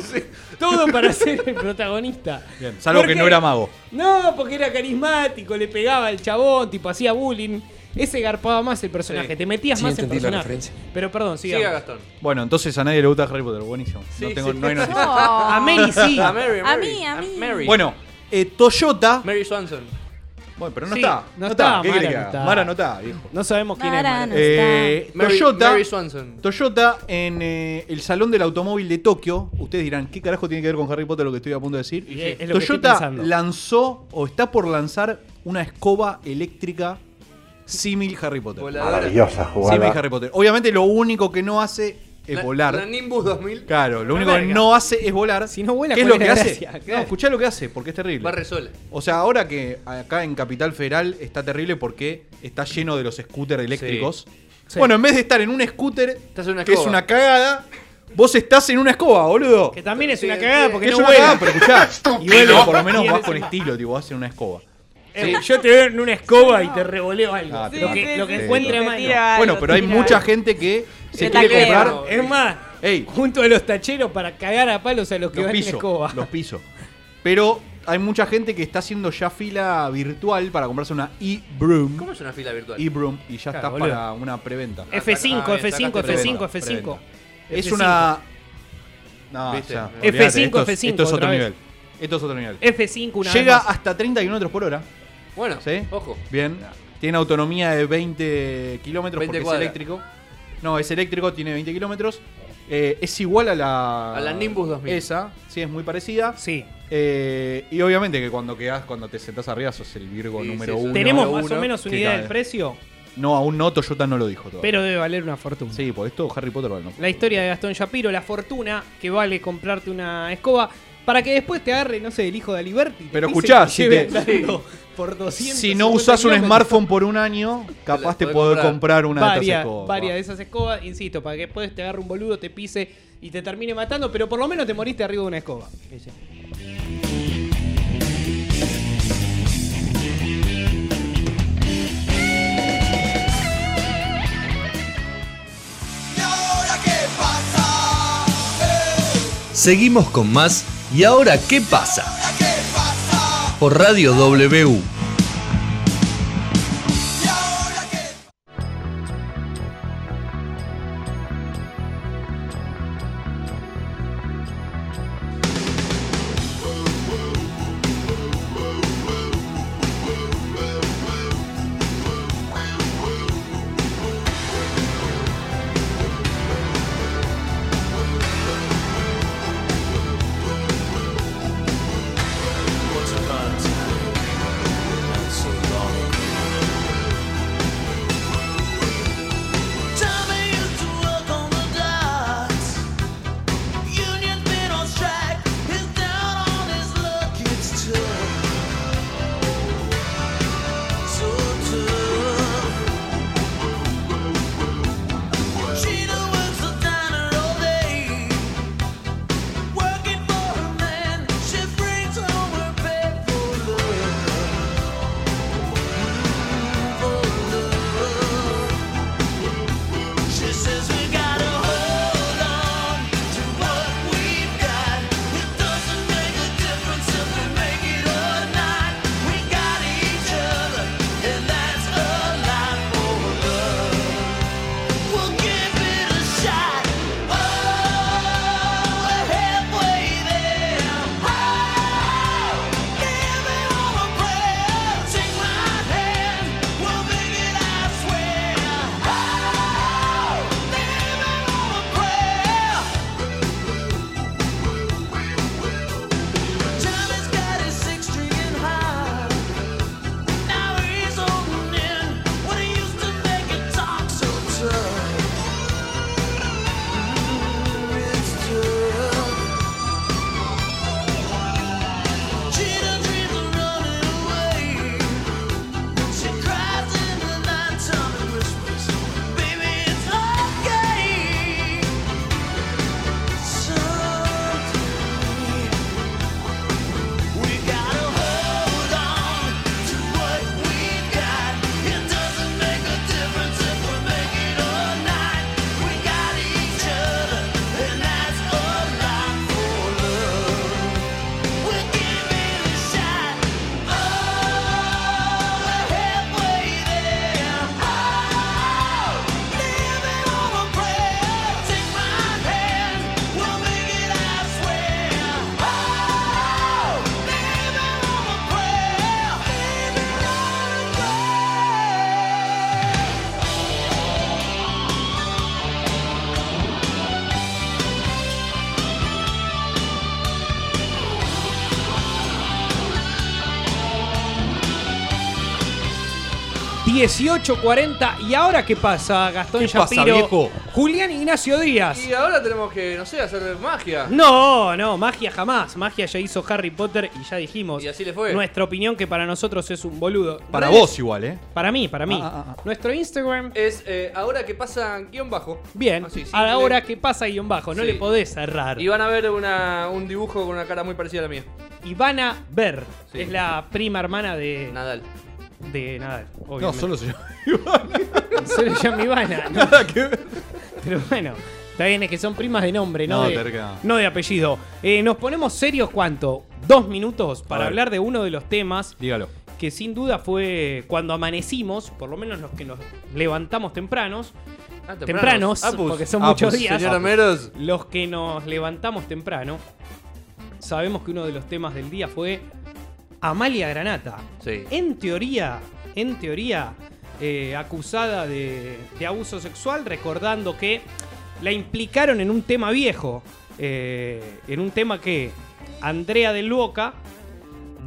todo para ser el protagonista.
Bien, salvo que
Porque-
no era mago.
No, porque era carismático, le pegaba al chabón, tipo hacía bullying. Ese garpaba más el personaje,
Sí.
te metías
Sí,
más en
entendí la
personaje.
referencia.
Pero perdón, sigamos.
Siga Gastón.
Bueno, entonces a nadie le gusta Harry Potter. Buenísimo.
Sí,
no tengo,
sí.
no hay nada.
A
No.
Ah, Mary
Ah.
sí.
A Mary,
A
Mary,
mí, a mí.
Mary.
Bueno, eh, Toyota.
Mary Swanson.
Bueno, pero no
Sí,
está.
no está,
¿Qué
Mara
quiere que
no
haga?
está.
Mara no está, viejo.
No sabemos quién es.
Marano.
Mara.
Eh,
Mary,
Toyota.
Mary Swanson.
Toyota en eh, el Salón del Automóvil de Tokio. Ustedes dirán, ¿qué carajo tiene que ver con Harry Potter lo que estoy a punto de decir?
Y es- es lo que estoy
Toyota
pensando.
lanzó o está por lanzar una escoba eléctrica símil Harry Potter.
Voladora.
Ah,
Símil Harry Potter. Obviamente lo único que no hace es
La-
volar.
La Nimbus 2000
Claro, lo
Una
único que
verga.
no hace es volar.
Si no vuela,
¿Qué es
¿cuál
lo que
es la
hace?
gracia?
No, escuchá lo que hace, porque es terrible.
va re sola.
O sea, ahora que acá en Capital Federal está terrible porque está lleno de los scooters eléctricos.
Sí.
Bueno, en vez de estar en un scooter,
en una
que es
escoba.
una cagada, vos estás en una escoba, boludo.
Que también es
Sí,
una
sí,
cagada
sí.
porque
Que
no
es una
vuela.
cagada, pero escuchá. Y bueno, por lo menos
Sí,
vas
sí.
con estilo, tipo, vas en una escoba.
Eh, Yo te veo en una escoba y te revoleo algo.
Ah, te
lo
va-
que,
sí,
lo que
sí,
encuentre a
te
mano.
tira algo,
Bueno, pero
te
hay
tira
mucha
algo.
gente que se
Te
quiere
taquea.
comprar
Es más,
Ey.
junto a los tacheros para cagar a palos a los que
los
van en
pisos.
escoba.
Los pisos. Pero hay mucha gente que está haciendo ya fila virtual para comprarse una e-broom.
¿Cómo es una fila virtual?
E-broom y ya
Claro,
está
boludo.
para una preventa.
F5,
Ah, bien,
F5,
sacaste
F5, F5,
preventa.
F5.
Es una. No,
Viste.
o sea,
F5,
olvídate, esto es-
F5,
Esto es
otra
otro
vez.
nivel. Esto es otro nivel.
F5 una
Llega
vez más.
hasta 30 kilómetros por hora.
Bueno,
¿Sí?
ojo.
Bien. Tiene autonomía de 20 kilómetros
20
porque
cuadras.
es eléctrico. No, es eléctrico, tiene 20 kilómetros. Eh, es igual a la.
A la Nimbus 2000.
Esa, sí, es muy parecida.
Sí.
Eh, y obviamente que cuando quedás, cuando te sentás arriba, sos el Virgo
Sí,
número
sí, sí.
uno.
Tenemos
número
más o
uno,
menos una
que
idea
cae.
del precio,
No, aún no, Toyota no lo dijo todavía.
pero debe valer una fortuna.
Sí, pues esto Harry Potter vale, ¿no?
La historia de Gastón Shapiro, la fortuna que vale comprarte una escoba para que después te agarre, no sé, el hijo de Aliberti. te
Pero
pise y
escuchá,
te
si
lleve
te-
andando por 200
Si no usás un smartphone por un año, capaz te
podés
podés
comprar.
comprar una de
varias,
estas escobas.
varias de esas escobas, insisto, para que después te agarre un boludo, te pise y te termine matando, pero por lo menos te moriste arriba de una escoba.
Seguimos con más. ¿Y ahora qué pasa? Por Radio W.
Once upon a time,
18.40. ¿Y ahora qué pasa, Gastón
¿Qué pasa,
Shapiro?
viejo?
Julián Ignacio Díaz.
Y ahora tenemos que, no sé, hacer magia.
No, no, magia jamás. Magia ya hizo Harry Potter y ya dijimos.
Y así le fue.
Nuestra opinión que para nosotros es un boludo.
Para
Redes-
vos igual, ¿eh?
Para mí, para mí.
Ah, ah, ah.
Nuestro Instagram.
Es eh, ah, ahora que pasa guión bajo.
Bien.
Así, simple.
ahora que pasa guión bajo, no
Sí.
le podés cerrar.
Y van a ver una- un dibujo con una cara muy parecida a la mía.
Ivana Ver.
Sí.
Es la prima hermana de,
Nadal.
de Nadal.
No,
obviamente.
solo se llama.
Solo se llama Ivana. ¿no? Pero bueno, está bien, es que son primas de nombre, no,
No,
de,
terca.
no de apellido. Eh, Nos ponemos serios, ¿cuánto? Dos minutos para
ver.
hablar de uno de los temas
Dígalo.
que sin duda fue cuando amanecimos, por lo menos los que nos levantamos tempranos,
Ah,
tempranos,
Ah, pues,
porque son
Ah,
muchos
pues,
días,
Señora Meros.
los que nos levantamos temprano, sabemos que uno de los temas del día fue Amalia Granata.
Sí.
En teoría, en teoría, eh, acusada de, de abuso sexual, recordando que la implicaron en un tema viejo, eh, en un tema que Andrea del Boca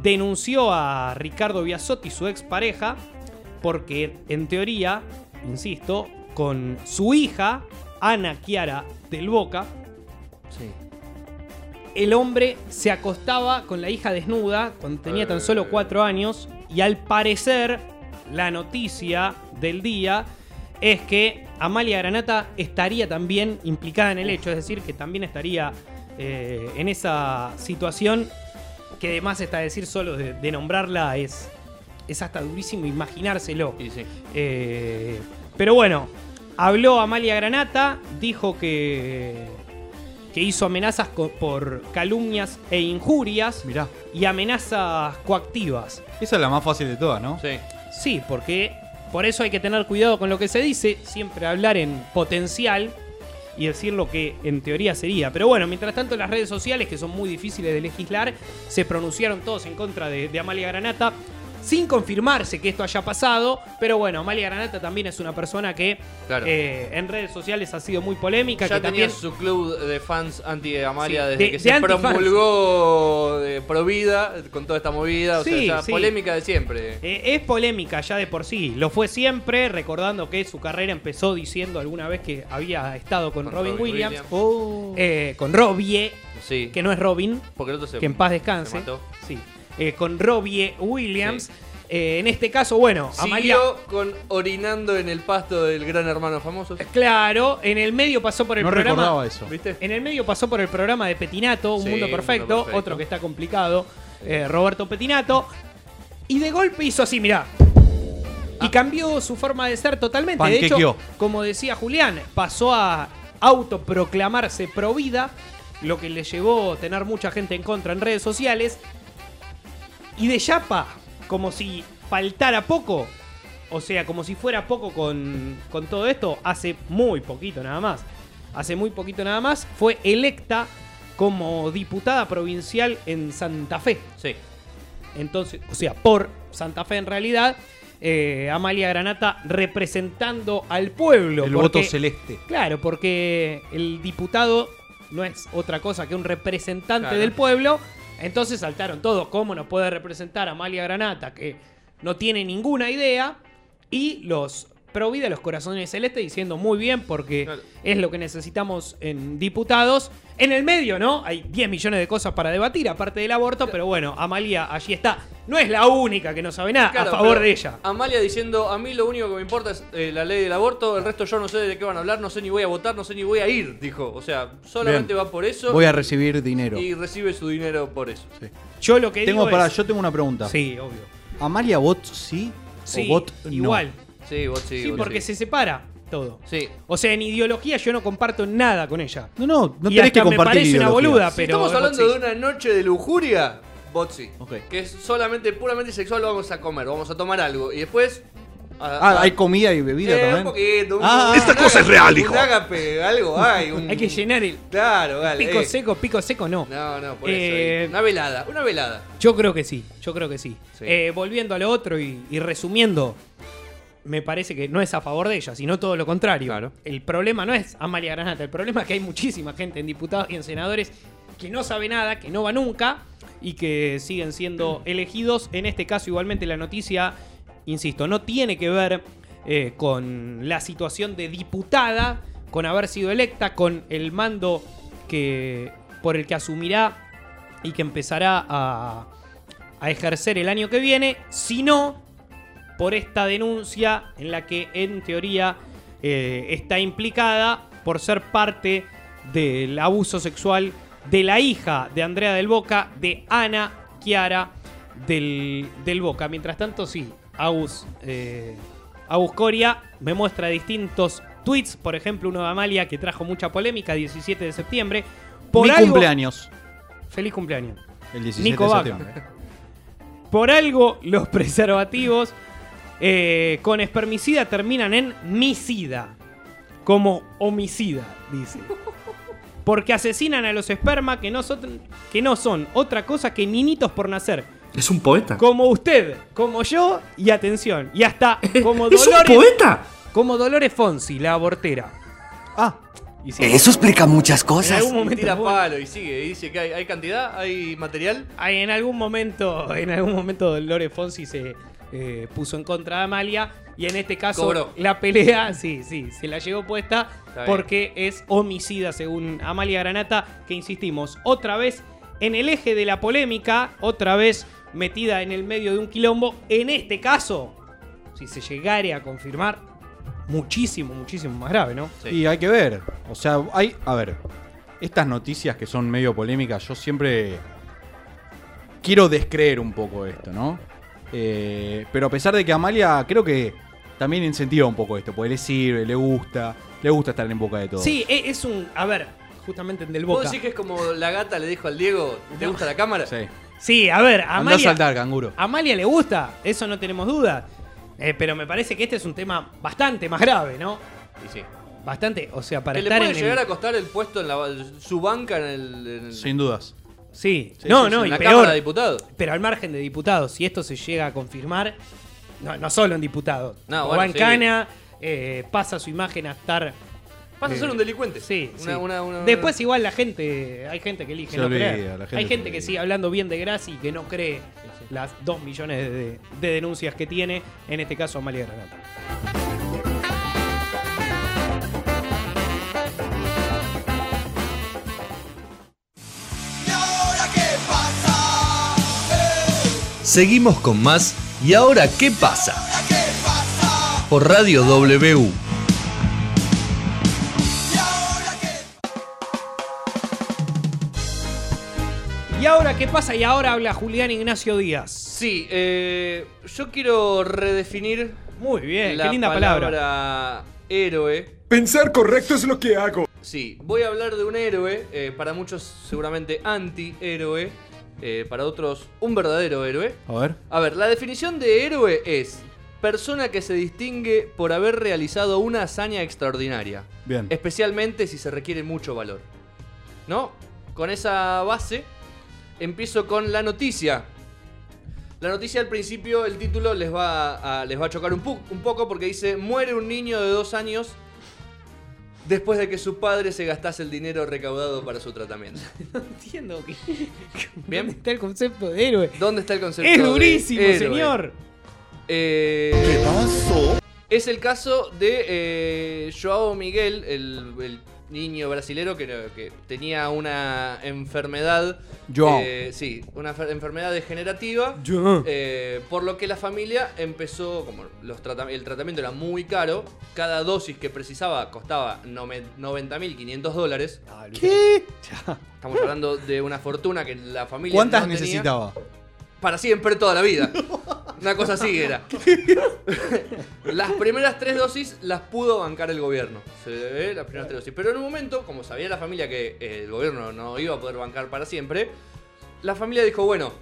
denunció a Ricardo Biasotti, su expareja, porque en teoría, insisto, con su hija, Ana Chiara del Boca,
Sí.
el hombre se acostaba con la hija desnuda cuando tenía tan solo cuatro años y al parecer la noticia del día es que Amalia Granata estaría también implicada en el hecho, es decir, que también estaría eh, en esa situación que además está decir solo de, de nombrarla es, es hasta durísimo imaginárselo.
Y sí.
Eh, pero bueno, habló Amalia Granata, dijo que, que hizo amenazas co- por calumnias e injurias
Mirá.
y amenazas coactivas.
Esa es la más fácil de todas, ¿no?
Sí.
Sí, porque por eso hay que tener cuidado con lo que se dice, siempre hablar en potencial y decir lo que en teoría sería. Pero bueno, mientras tanto las redes sociales, que son muy difíciles de legislar, se pronunciaron todos en contra de, de Amalia Granata, sin confirmarse que esto haya pasado, pero bueno, Amalia Granata también es una persona que
Claro.
eh, en redes sociales ha sido muy polémica,
Ya
que
tenía
también...
su club de fans anti-Amalia
Sí,
desde
de-
que
de
se
antifans.
promulgó de Provida con toda esta movida. O
Sí,
sea, ya
sí.
polémica de siempre.
Eh, es polémica ya de por sí, lo fue siempre, recordando que su carrera empezó diciendo alguna vez que había estado con,
Con
Robin,
Robin
Williams,
Williams.
Oh.
eh, con Robbie,
Sí.
que no es Robin,
Porque el otro se.
que en paz descanse,
se mató.
sí, eh, con Robbie Williams.
Sí.
Eh, en este caso, bueno, Amalia,
Siguió con orinando en el pasto del gran hermano famoso.
claro, en el medio pasó por el
No
programa.
recordaba eso.
¿Viste?
En el medio pasó por el programa de Petinato, Un
Sí,
Mundo
Un Mundo
Perfecto,
Perfecto.
otro que está complicado, eh, Roberto Petinato. Y de golpe hizo así, mirá. Y cambió su forma de ser totalmente. De hecho,
Ah. Panquequeó.
como decía Julián, pasó a autoproclamarse pro vida, lo que le llevó a tener mucha gente en contra en redes sociales. Y de Yapa, como si faltara poco. O sea, como si fuera poco con, con todo esto, hace muy poquito nada más. Hace muy poquito nada más, fue electa como diputada provincial en Santa Fe.
Sí.
Entonces, o sea, por Santa Fe en realidad, eh, Amalia Granata representando al pueblo.
El
porque-
voto celeste.
Claro, porque el diputado no es otra cosa que un representante
Claro.
del pueblo. Entonces saltaron todos. ¿Cómo nos puede representar Amalia Granata? Que no tiene ninguna idea. Y los pro vida, los corazones celestes, diciendo muy bien, porque
Claro.
es lo que necesitamos en diputados. En el medio, ¿no? Hay 10 millones de cosas para debatir, aparte del aborto, pero bueno, Amalia allí está. No es la única que no sabe nada
Claro,
a favor
pero
de ella.
Amalia diciendo, a mí lo único que me importa es eh, la ley del aborto, el resto yo no sé de qué van a hablar, no sé ni voy a votar, no sé ni voy a ir, dijo. O sea, solamente
Bien.
va por eso
Voy a recibir dinero.
y recibe su dinero por eso.
Yo lo que
Tengo
digo
para,
es-
yo tengo una pregunta.
Sí, obvio.
¿Amalia Bot sí?
Sí,
¿O Bot no?
igual.
Sí, vos sí.
Sí,
vos
porque
sí.
se separa todo.
Sí.
O sea, en ideología yo no comparto nada con ella.
No, no, no
Y
tenés
hasta
que
me
compartir
parece una
ideología.
boluda,
Si
pero
estamos
es
hablando
Botsi.
de una noche de lujuria, Botsi.
Ok.
Que es solamente, puramente sexual, vamos a comer, vamos a tomar algo. Y después. a-
Ah,
a-
hay comida y bebida
Eh,
también.
un poquito, un-
Ah,
un
esta
cosa es real,
un
hijo.
ágape, algo hay. un-
Hay que llenar el
Claro, vale.
pico
eh.
seco, pico seco no.
No, no, por
Eh,
eso. eh. Una velada, una velada.
Yo creo que sí, yo creo que sí.
Sí.
Eh, volviendo a lo otro y, y resumiendo, me parece que no es a favor de ella, sino todo lo contrario.
Claro.
El problema no es Amalia Granata, el problema es que hay muchísima gente en diputados y en senadores que no sabe nada, que no va nunca y que siguen siendo elegidos. En este caso, igualmente, la noticia insisto, no tiene que ver eh, con la situación de diputada, con haber sido electa, con el mando que, por el que asumirá y que empezará a, a ejercer el año que viene, sino por esta denuncia en la que en teoría eh, está implicada por ser parte del abuso sexual de la hija de Andrea del Boca, de Ana Chiara del, del Boca. Mientras tanto, sí, Agus, eh, Agus Coria me muestra distintos tweets, por ejemplo, uno de Amalia que trajo mucha polémica, 17 de septiembre. Por
Mi
algo-
cumpleaños.
Feliz cumpleaños.
El 17
Nico
de
Vaca.
septiembre.
Por algo, los preservativos eh, con espermicida terminan en micida. Como homicida, dice. Porque asesinan a los esperma que no, son, que no son otra cosa que ninitos por nacer.
Es un poeta.
Como usted, como yo, y atención. Y hasta como
¿Es un
Dolores.
poeta?
Como Dolores Fonsi, la abortera. Ah. y sí.
Eso explica muchas
En
cosas.
algún momento
Tira
fue-
palo y sigue. Y dice que hay, hay cantidad, hay material.
Ay, en algún momento, en algún momento Dolores Fonsi se eh, puso en contra de Amalia y en este caso
Cobró.
la pelea, sí, sí, se la llevó puesta
bien.
porque es homicida según Amalia Granata, que insistimos, otra vez en el eje de la polémica, otra vez metida en el medio de un quilombo, en este caso, si se llegare a confirmar, muchísimo, muchísimo más grave, ¿no?
Y hay que ver. O sea, hay. A ver. Estas noticias que son medio polémicas, yo siempre. Quiero descreer un poco esto, ¿no? Eh, pero a pesar de que Amalia, creo que también incentiva un poco esto, porque le sirve, le gusta, le gusta estar en boca de todo.
Sí, e- es un... A ver, justamente en Del
¿Vos
Boca.
decís que es como la gata le dijo al Diego, ¿te gusta la cámara?
Sí.
Sí, a ver,
Andá a
Amalia...
saltar, canguro.
Ah.
A Amalia le gusta, eso no tenemos duda. Eh, pero me parece que este es un tema bastante más grave, ¿no?
Y sí.
Bastante, o sea, para
que le
estar
puede
en el-
llegar a costar el puesto en la, su banca en el. en el-
Sin dudas.
Sí,
Sí,
no,
sí, sí,
no, y
en la
peor.
Cámara de Diputados.
Pero al margen de diputados, si esto se llega a confirmar, no, no solo en diputados.
No,
O
bueno,
va en
sí.
cana, eh, pasa su imagen a estar...
Pasa a
eh,
ser un delincuente.
Sí,
Una-
sí.
una- una-
Después igual la gente, hay gente que elige
Se
no
olvida,
creer.
la gente
hay
se
gente que
olvida.
sigue hablando bien de Graci y que no cree las dos millones de, de denuncias que tiene, en este caso Amalia Granata.
Seguimos con más. ¿Y ahora qué pasa? Por Radio W.
¿Y ahora qué pasa? Y ahora habla Julián Ignacio Díaz.
Sí, eh, yo quiero redefinir.
Muy bien,
la
qué linda palabra.
héroe.
Pensar correcto es lo que hago.
Sí, voy a hablar de un héroe, eh, para muchos seguramente antihéroe, eh, para otros un verdadero héroe.
A ver.
A ver, la definición de héroe es persona que se distingue por haber realizado una hazaña extraordinaria,
Bien.
Eh. especialmente si se requiere mucho valor. ¿No? Con esa base empiezo con la noticia. La noticia al principio, el título les va a, les va a chocar un, pu- un poco porque dice, muere un niño de dos años después de que su padre se gastase el dinero recaudado para su tratamiento.
Entiendo que
Bien.
está el concepto de héroe.
¿Dónde está el concepto?
Es
de
durísimo,
héroe?
señor.
Eh, Es el caso de eh, Joao Miguel, el, el niño brasilero que, que tenía una enfermedad.
Joao.
eh, sí, una enfer- enfermedad degenerativa.
Joao.
eh, por lo que la familia empezó, como los tratam- el tratamiento era muy caro, cada dosis que precisaba costaba nome- 90.500 dólares.
¿Qué?
Estamos hablando de una fortuna que la familia
¿Cuántas
no tenía
necesitaba?
para siempre toda la vida. Una cosa así era. las primeras tres dosis las pudo bancar el gobierno. Se ve las primeras tres dosis. Pero en un momento, como sabía la familia que eh, el gobierno no iba a poder bancar para siempre, la familia dijo, bueno,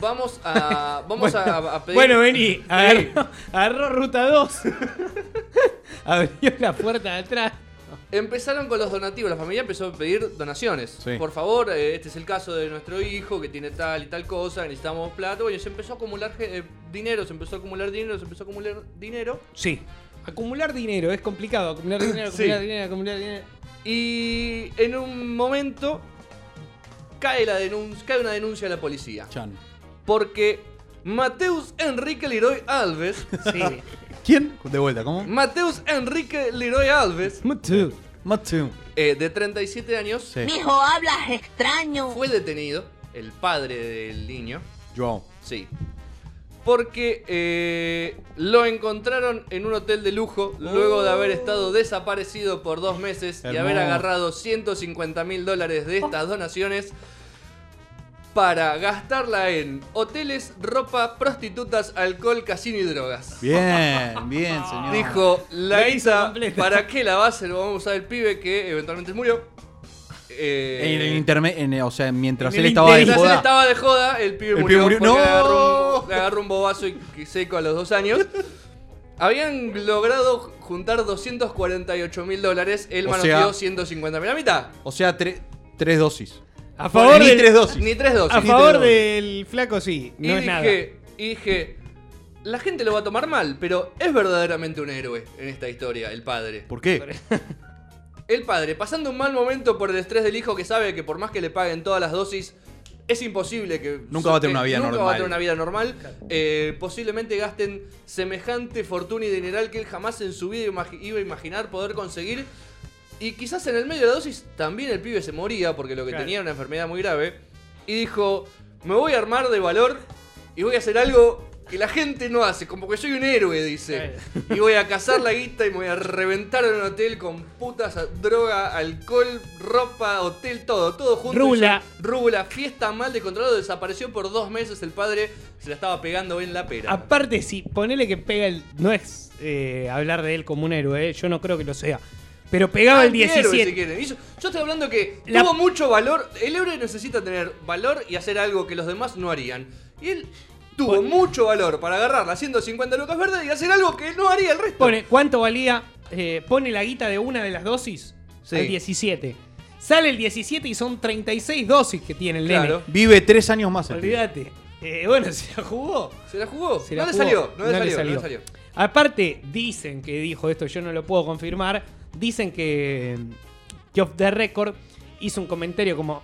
vamos a. Vamos a, a pedir.
Bueno, eh. vení,
Ahí.
agarró, agarró ruta 2. Abrió la puerta de atrás.
Empezaron con los donativos, la familia empezó a pedir donaciones.
Sí.
Por favor, eh, este es el caso de nuestro hijo que tiene tal y tal cosa, necesitamos plata. Bueno, y se empezó a acumular eh, dinero, se empezó a acumular dinero, se empezó a acumular dinero.
Sí. Acumular dinero, es complicado. Acumular dinero, acumular dinero, acumular dinero.
Y en un momento cae, la denuncia, cae una denuncia a la policía.
Chan.
Porque Mateus Enrique Leroy Alves.
Sí.
¿Quién? De vuelta, ¿cómo?
Mateus Enrique Leroy Alves,
Matu. Matu.
eh, de 37 años,
Sí.
Mijo, hablas extraño.
fue detenido, el padre del niño,
Joao.
sí, porque eh, lo encontraron en un hotel de lujo luego de
Oh.
haber estado desaparecido por dos meses y haber
Hermoso.
agarrado 150 mil dólares de estas donaciones para gastarla en hoteles, ropa, prostitutas, alcohol, casino y drogas.
Bien, bien, señor.
Dijo, la
Ah. Lo hizo
Isa,
completo".
¿para qué la va a hacer? Vamos a usar el pibe que eventualmente murió. Eh,
En el interme- en el- o sea, mientras
En
él
el
estaba de
mientras
interín.
él
joda.
estaba de joda, el pibe
El
murió.
pibe murió.
porque
¡No!
Le agarró, un, le agarró un bobazo y y seco a los dos años. Habían logrado juntar 248 mil dólares, él
O
manoteó
sea-
150 mil. La mitad.
O sea, tre- tres dosis.
A favor,
Ni
del,
tres dosis.
Ni tres dosis.
a favor del flaco, sí.
y
No es nada.
dije, y dije, la gente lo va a tomar mal, pero es verdaderamente un héroe en esta historia, el padre.
¿Por qué?
El padre, pasando un mal momento por el estrés del hijo que sabe que por más que le paguen todas las dosis, es imposible que...
Nunca va a tener una vida
nunca va a
normal.
tener una vida normal. Eh, posiblemente gasten semejante fortuna y dineral que él jamás en su vida imagi- iba a imaginar poder conseguir. Y quizás en el medio de la dosis también el pibe se moría porque lo que
Claro.
tenía era una enfermedad muy grave. Y dijo, me voy a armar de valor y voy a hacer algo que la gente no hace, como que soy un héroe, dice. Y voy a cazar la guita y me voy a reventar en un hotel con putas, droga, alcohol, ropa, hotel, todo, todo junto.
Rula.
Y yo, Rula, fiesta mal de controlado, desapareció por dos meses el padre, se la estaba pegando en la pera.
Aparte, si ponele que pega el. No es eh, hablar de él como un héroe, eh, yo no creo que lo sea. Pero pegaba el
Antihéroe,
17.
Ah, si quieren. Y yo, yo estoy hablando que
La-
tuvo mucho valor. El héroe necesita tener valor y hacer algo que los demás no harían. Y él tuvo mucho valor para agarrar las 150 lucas verdes y hacer algo que no haría el resto.
Pone, ¿cuánto valía? Eh, pone la guita de una de las dosis
Sí.
al 17. Sale el 17 y son 36 dosis que tiene el
Claro.
Vive tres años más.
nene.
el pibe.
Olvídate. Eh, bueno, se la jugó.
¿Se la jugó?
Se
no,
la
le
jugó.
salió, no, le
No le
salió, no le
salió.
salió.
Aparte, dicen que dijo esto, yo no lo puedo confirmar. Dicen que, que Off the Record hizo un comentario como: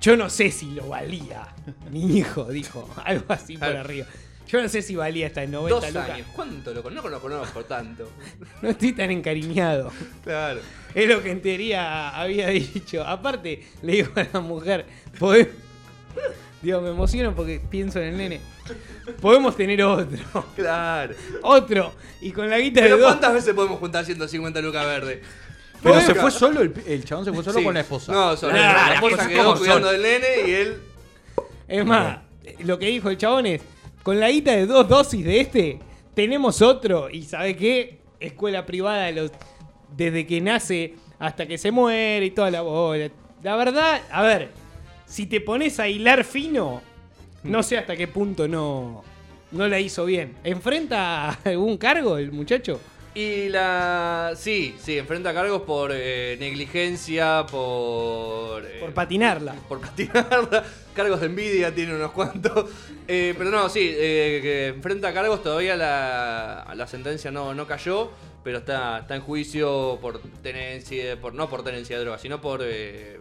Yo no sé si lo valía. Mi hijo dijo algo así por
Claro.
arriba. Yo no sé si valía esta 90
Dos
lucas.
años. ¿Cuánto lo conozco? No lo conozco tanto.
No estoy tan encariñado.
Claro.
Es lo que en teoría había dicho. Aparte, le digo a la mujer, podemos... Digo, me emociono porque pienso en el nene. Podemos tener otro.
Claro.
Otro. Y con la guita
Pero
de dos...
¿cuántas veces podemos juntar 150 lucas verdes?
Pero
Podemos-
se fue solo, el, pi- el chabón se fue solo
Sí.
con la esposa.
No, solo.
Ah,
la
la
esposa
esposa
quedó
con
cuidando del nene y él.
Es más, lo que dijo el chabón es, con la guita de dos dosis de este, tenemos otro. Y ¿sabe qué? Escuela privada de los, desde que nace hasta que se muere y toda la bola. La verdad, a ver, si te pones a hilar fino, no sé hasta qué punto no, no la hizo bien. ¿Enfrenta a algún cargo el muchacho?
Y la. Sí, sí, enfrenta cargos por eh, negligencia, por. eh,
Por patinarla.
por patinarla. Cargos de envidia tiene unos cuantos. Eh, pero no, sí, eh, que enfrenta cargos. Todavía la, la sentencia no, no cayó, pero está, está en juicio por tenencia. por No por tenencia de drogas, sino por. eh,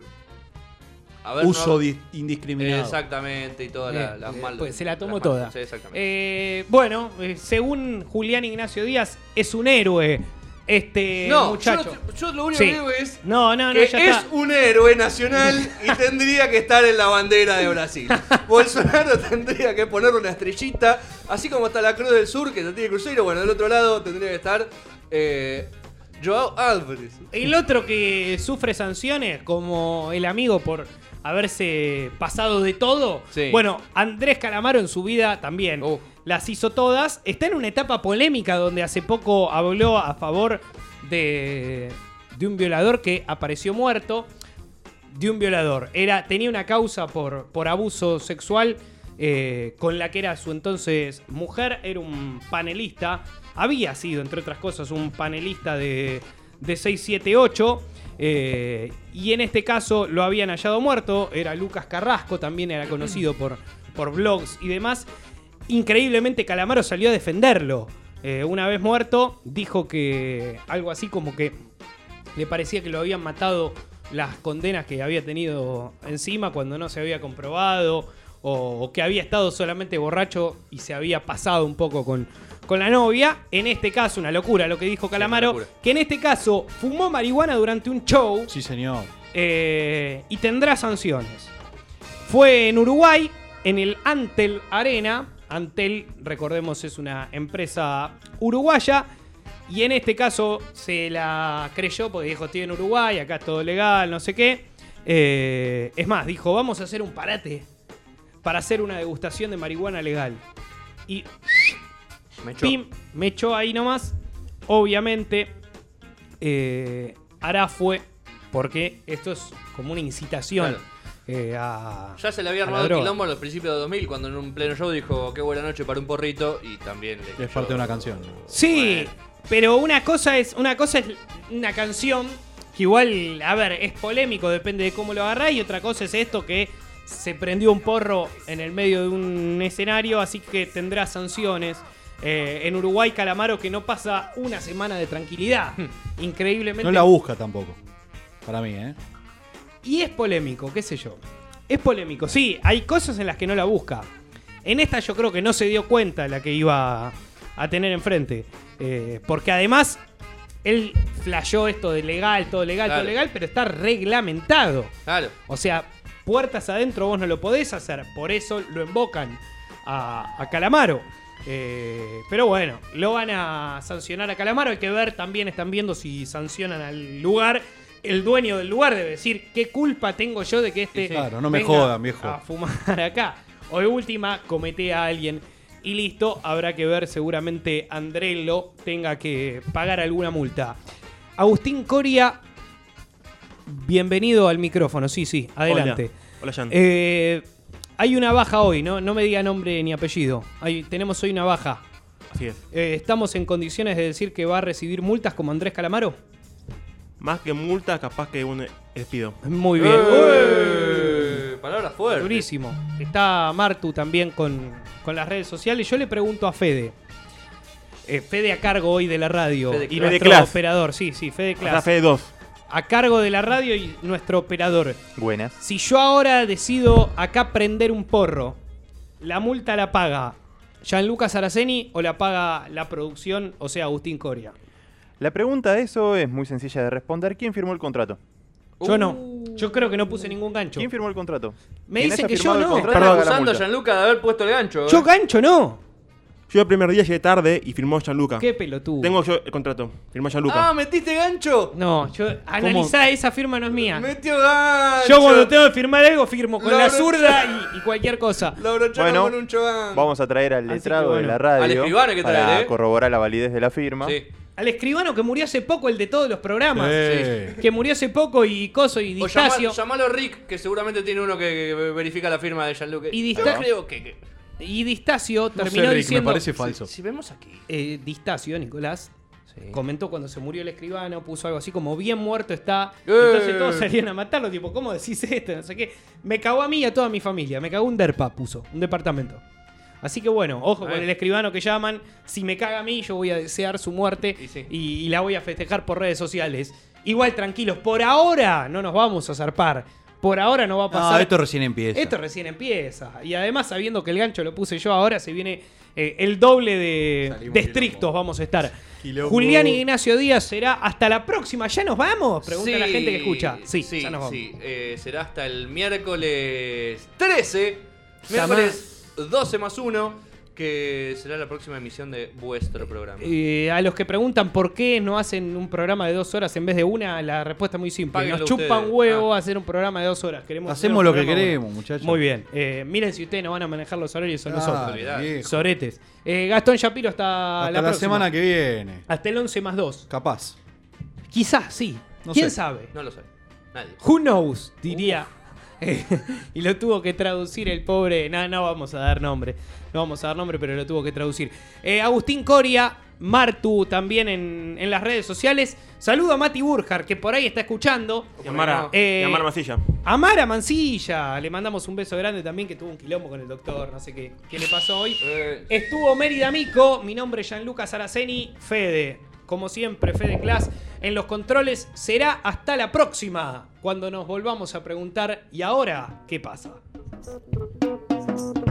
haber
Uso
no-
di- indiscriminado.
Exactamente, y todas la-
Bien,
las
eh,
malas.
pues se la tomó
las malas-
toda.
sí, exactamente.
Eh, bueno, eh, según Julián Ignacio Díaz, es un héroe este
no,
muchacho.
Yo, yo lo único
Sí.
que digo es.
No, Ah, no, no,
que
ya
es
está.
un héroe nacional y tendría que estar en la bandera de Brasil. Bolsonaro tendría que poner una estrellita, así como está la Cruz del Sur, que no tiene crucero, bueno, del otro lado tendría que estar eh, Joao Álvarez.
El otro que sufre sanciones, como el amigo por haberse pasado de todo.
Sí.
Bueno, Andrés Calamaro en su vida también
Uh.
las hizo todas. Está en una etapa polémica donde hace poco habló a favor de, de un violador que apareció muerto. De un violador. Era, tenía una causa por, por abuso sexual eh, con la que era su entonces mujer. Era un panelista. Había sido, entre otras cosas, un panelista de, de 678. eh, y en este caso lo habían hallado muerto. Era Lucas Carrasco, también era conocido por, por blogs y demás increíblemente Calamaro salió a defenderlo. Eh, una vez muerto, dijo que algo así como que le parecía que lo habían matado las condenas que había tenido encima cuando no se había comprobado o, o que había estado solamente borracho y se había pasado un poco con, con la novia. En este caso, una locura lo que dijo Calamaro,
locura.
que en este caso fumó marihuana durante un show
Sí, señor.
eh, y tendrá sanciones. Fue en Uruguay, en el Antel Arena. Antel, recordemos, es una empresa uruguaya. Y en este caso se la creyó porque dijo, estoy en Uruguay, acá es todo legal, no sé qué. Eh, es más, dijo, vamos a hacer un parate para hacer una degustación de marihuana legal. Y
Me echó.
Pim, me echó ahí nomás. Obviamente, eh, hará fue porque esto es como una incitación eh, a.
Ya se le había
a la
armado el
droga.
quilombo a los principios de 2000 cuando en un pleno show dijo qué buena noche para un porrito y también le
Es parte de una canción.
Sí, pero una cosa es una cosa es una canción que igual, a ver, es polémico, depende de cómo lo agarrás y otra cosa es esto que se prendió un porro en el medio de un escenario, así que tendrá sanciones. Eh, en Uruguay, Calamaro que no pasa una semana de tranquilidad. Increíblemente.
No la busca tampoco. Para mí, ¿eh?
Y es polémico, qué sé yo. Es polémico, sí, hay cosas en las que no la busca. En esta yo creo que no se dio cuenta la que iba a tener enfrente. Eh, porque además, él flasheó esto de legal, todo legal,
Claro.
todo legal, pero está reglamentado.
Claro.
O sea, puertas adentro vos no lo podés hacer. Por eso lo invocan a, a Calamaro. Eh, pero bueno, lo van a sancionar a Calamaro. Hay que ver también, están viendo si sancionan al lugar. El dueño del lugar debe decir, ¿qué culpa tengo yo de que este...
sí. Claro, no me
venga
jodan, viejo.
A fumar acá. O de última, comete a alguien. Y listo, habrá que ver, seguramente Andrello tenga que pagar alguna multa. Agustín Coria, bienvenido al micrófono. Sí, sí, adelante.
Hola, Hola, Jan.
Eh, hay una baja hoy, ¿no? No me diga nombre ni apellido. Hay- tenemos hoy una baja.
Así es.
Eh, ¿Estamos en condiciones de decir que va a recibir multas como Andrés Calamaro?
Más que multa, capaz que un despido.
Muy bien.
Palabras fuertes.
Eh, Durísimo. Está Martu también con, con las redes sociales. Yo le pregunto a Fede. Eh, Fede a cargo hoy de la radio.
Fede
y
Clas.
nuestro
Fede Clas.
operador, sí, sí, Fede Clas.
Acá Fede dos.
A cargo de la radio y nuestro operador.
Buenas.
Si yo ahora decido acá prender un porro, ¿la multa la paga Gianluca Saraceni o la paga la producción, o sea, Agustín Coria?
La pregunta de eso es muy sencilla de responder. ¿Quién firmó el contrato?
Yo no. Yo creo que no puse ningún gancho. ¿Quién
firmó el contrato?
Me
Quien
dicen
haya
que yo
firmado el
no.
contrato paga la
Acusando a
multa.
Gianluca de haber puesto el gancho. eh.
Yo gancho no.
Yo el primer día llegué tarde y firmó Gianluca.
Qué pelotudo.
Tengo yo el contrato. Firmó Gianluca.
Ah, metiste gancho.
No, yo Analizá, esa firma no es mía.
Metió gancho.
Yo cuando tengo que firmar algo firmo con
Lo
la
abro-
zurda y, y cualquier cosa.
Bueno.
con un chogán.
Vamos a traer al
Así
letrado de
que bueno.
la radio
Al escribano hay que
para
traer, ¿eh?
corroborar la validez de la firma.
Al escribano que murió hace poco, el de todos los programas.
Sí.
Eh.
Que murió hace poco y Coso y
O llama-
Distacio.
llamalo a Rick, que seguramente tiene uno que, que verifica la firma de Gianluca.
Y
Yo
dista-
creo que- que...
Y Distacio terminó
Rick, me
diciendo.
parece falso.
Si, si vemos aquí.
Eh, Distacio, Nicolás. Comentó cuando se murió el escribano, puso algo así como bien muerto está. Entonces todos salieron a matarlo, tipo, ¿cómo decís esto? No sé qué. Me cagó a mí y a toda mi familia. Me cagó un derpa, puso, un departamento. Así que bueno, ojo con
Bueno.
el escribano que llaman. Si me caga a mí, yo voy a desear su muerte y, y la voy a festejar por redes sociales. Igual tranquilos, por ahora no nos vamos a zarpar. Por ahora no va a pasar.
No, esto recién empieza.
Esto recién empieza. Y además, sabiendo que el gancho lo puse yo, ahora se viene eh, el doble de, de estrictos. Vamos a estar. Julián Ignacio Díaz será hasta la próxima. ¿Ya nos vamos? Pregunta la
Sí,
gente que escucha. Sí,
sí,
ya nos vamos.
sí. Eh, será hasta el miércoles 13,
Ya
miércoles 12 más 1, que será la próxima emisión de vuestro programa.
Eh, a los que preguntan por qué no hacen un programa de dos horas en vez de una, la respuesta es muy simple.
Páguenlo
Nos chupan
ustedes. Ah.
huevo hacer un programa de dos horas. Queremos hacer
Hacemos
un
lo que
programa
queremos,
bueno.
muchachos.
Muy bien. Eh, miren si ustedes no van a manejar los horarios, son
Claro,
nosotros.
viejo.
Soretes. Eh, Gastón Shapiro hasta,
Hasta la,
Ah, próxima.
semana que viene.
Hasta el 11 más 2.
Capaz.
Quizás, sí.
No
¿Quién
sé.
sabe?
No lo sé. Nadie.
Who knows, diría. Eh, y lo tuvo que traducir el pobre. No, no vamos a dar nombre. No vamos a dar nombre, pero lo tuvo que traducir. Eh, Agustín Coria, Martu también en, en las redes sociales. Saludo a Mati Burjar, que por ahí está escuchando.
Y a Mara,
Eh,
y a Mara Masilla.
a Mara Mancilla, le mandamos un beso grande también, que tuvo un quilombo con el doctor, no sé qué, qué le pasó hoy. Estuvo Mérida Mico, mi nombre es Gianluca Saraceni, Fede. Como siempre, Fede Class en los controles. Será hasta la próxima, cuando nos volvamos a preguntar, ¿y ahora qué pasa?
Podcast.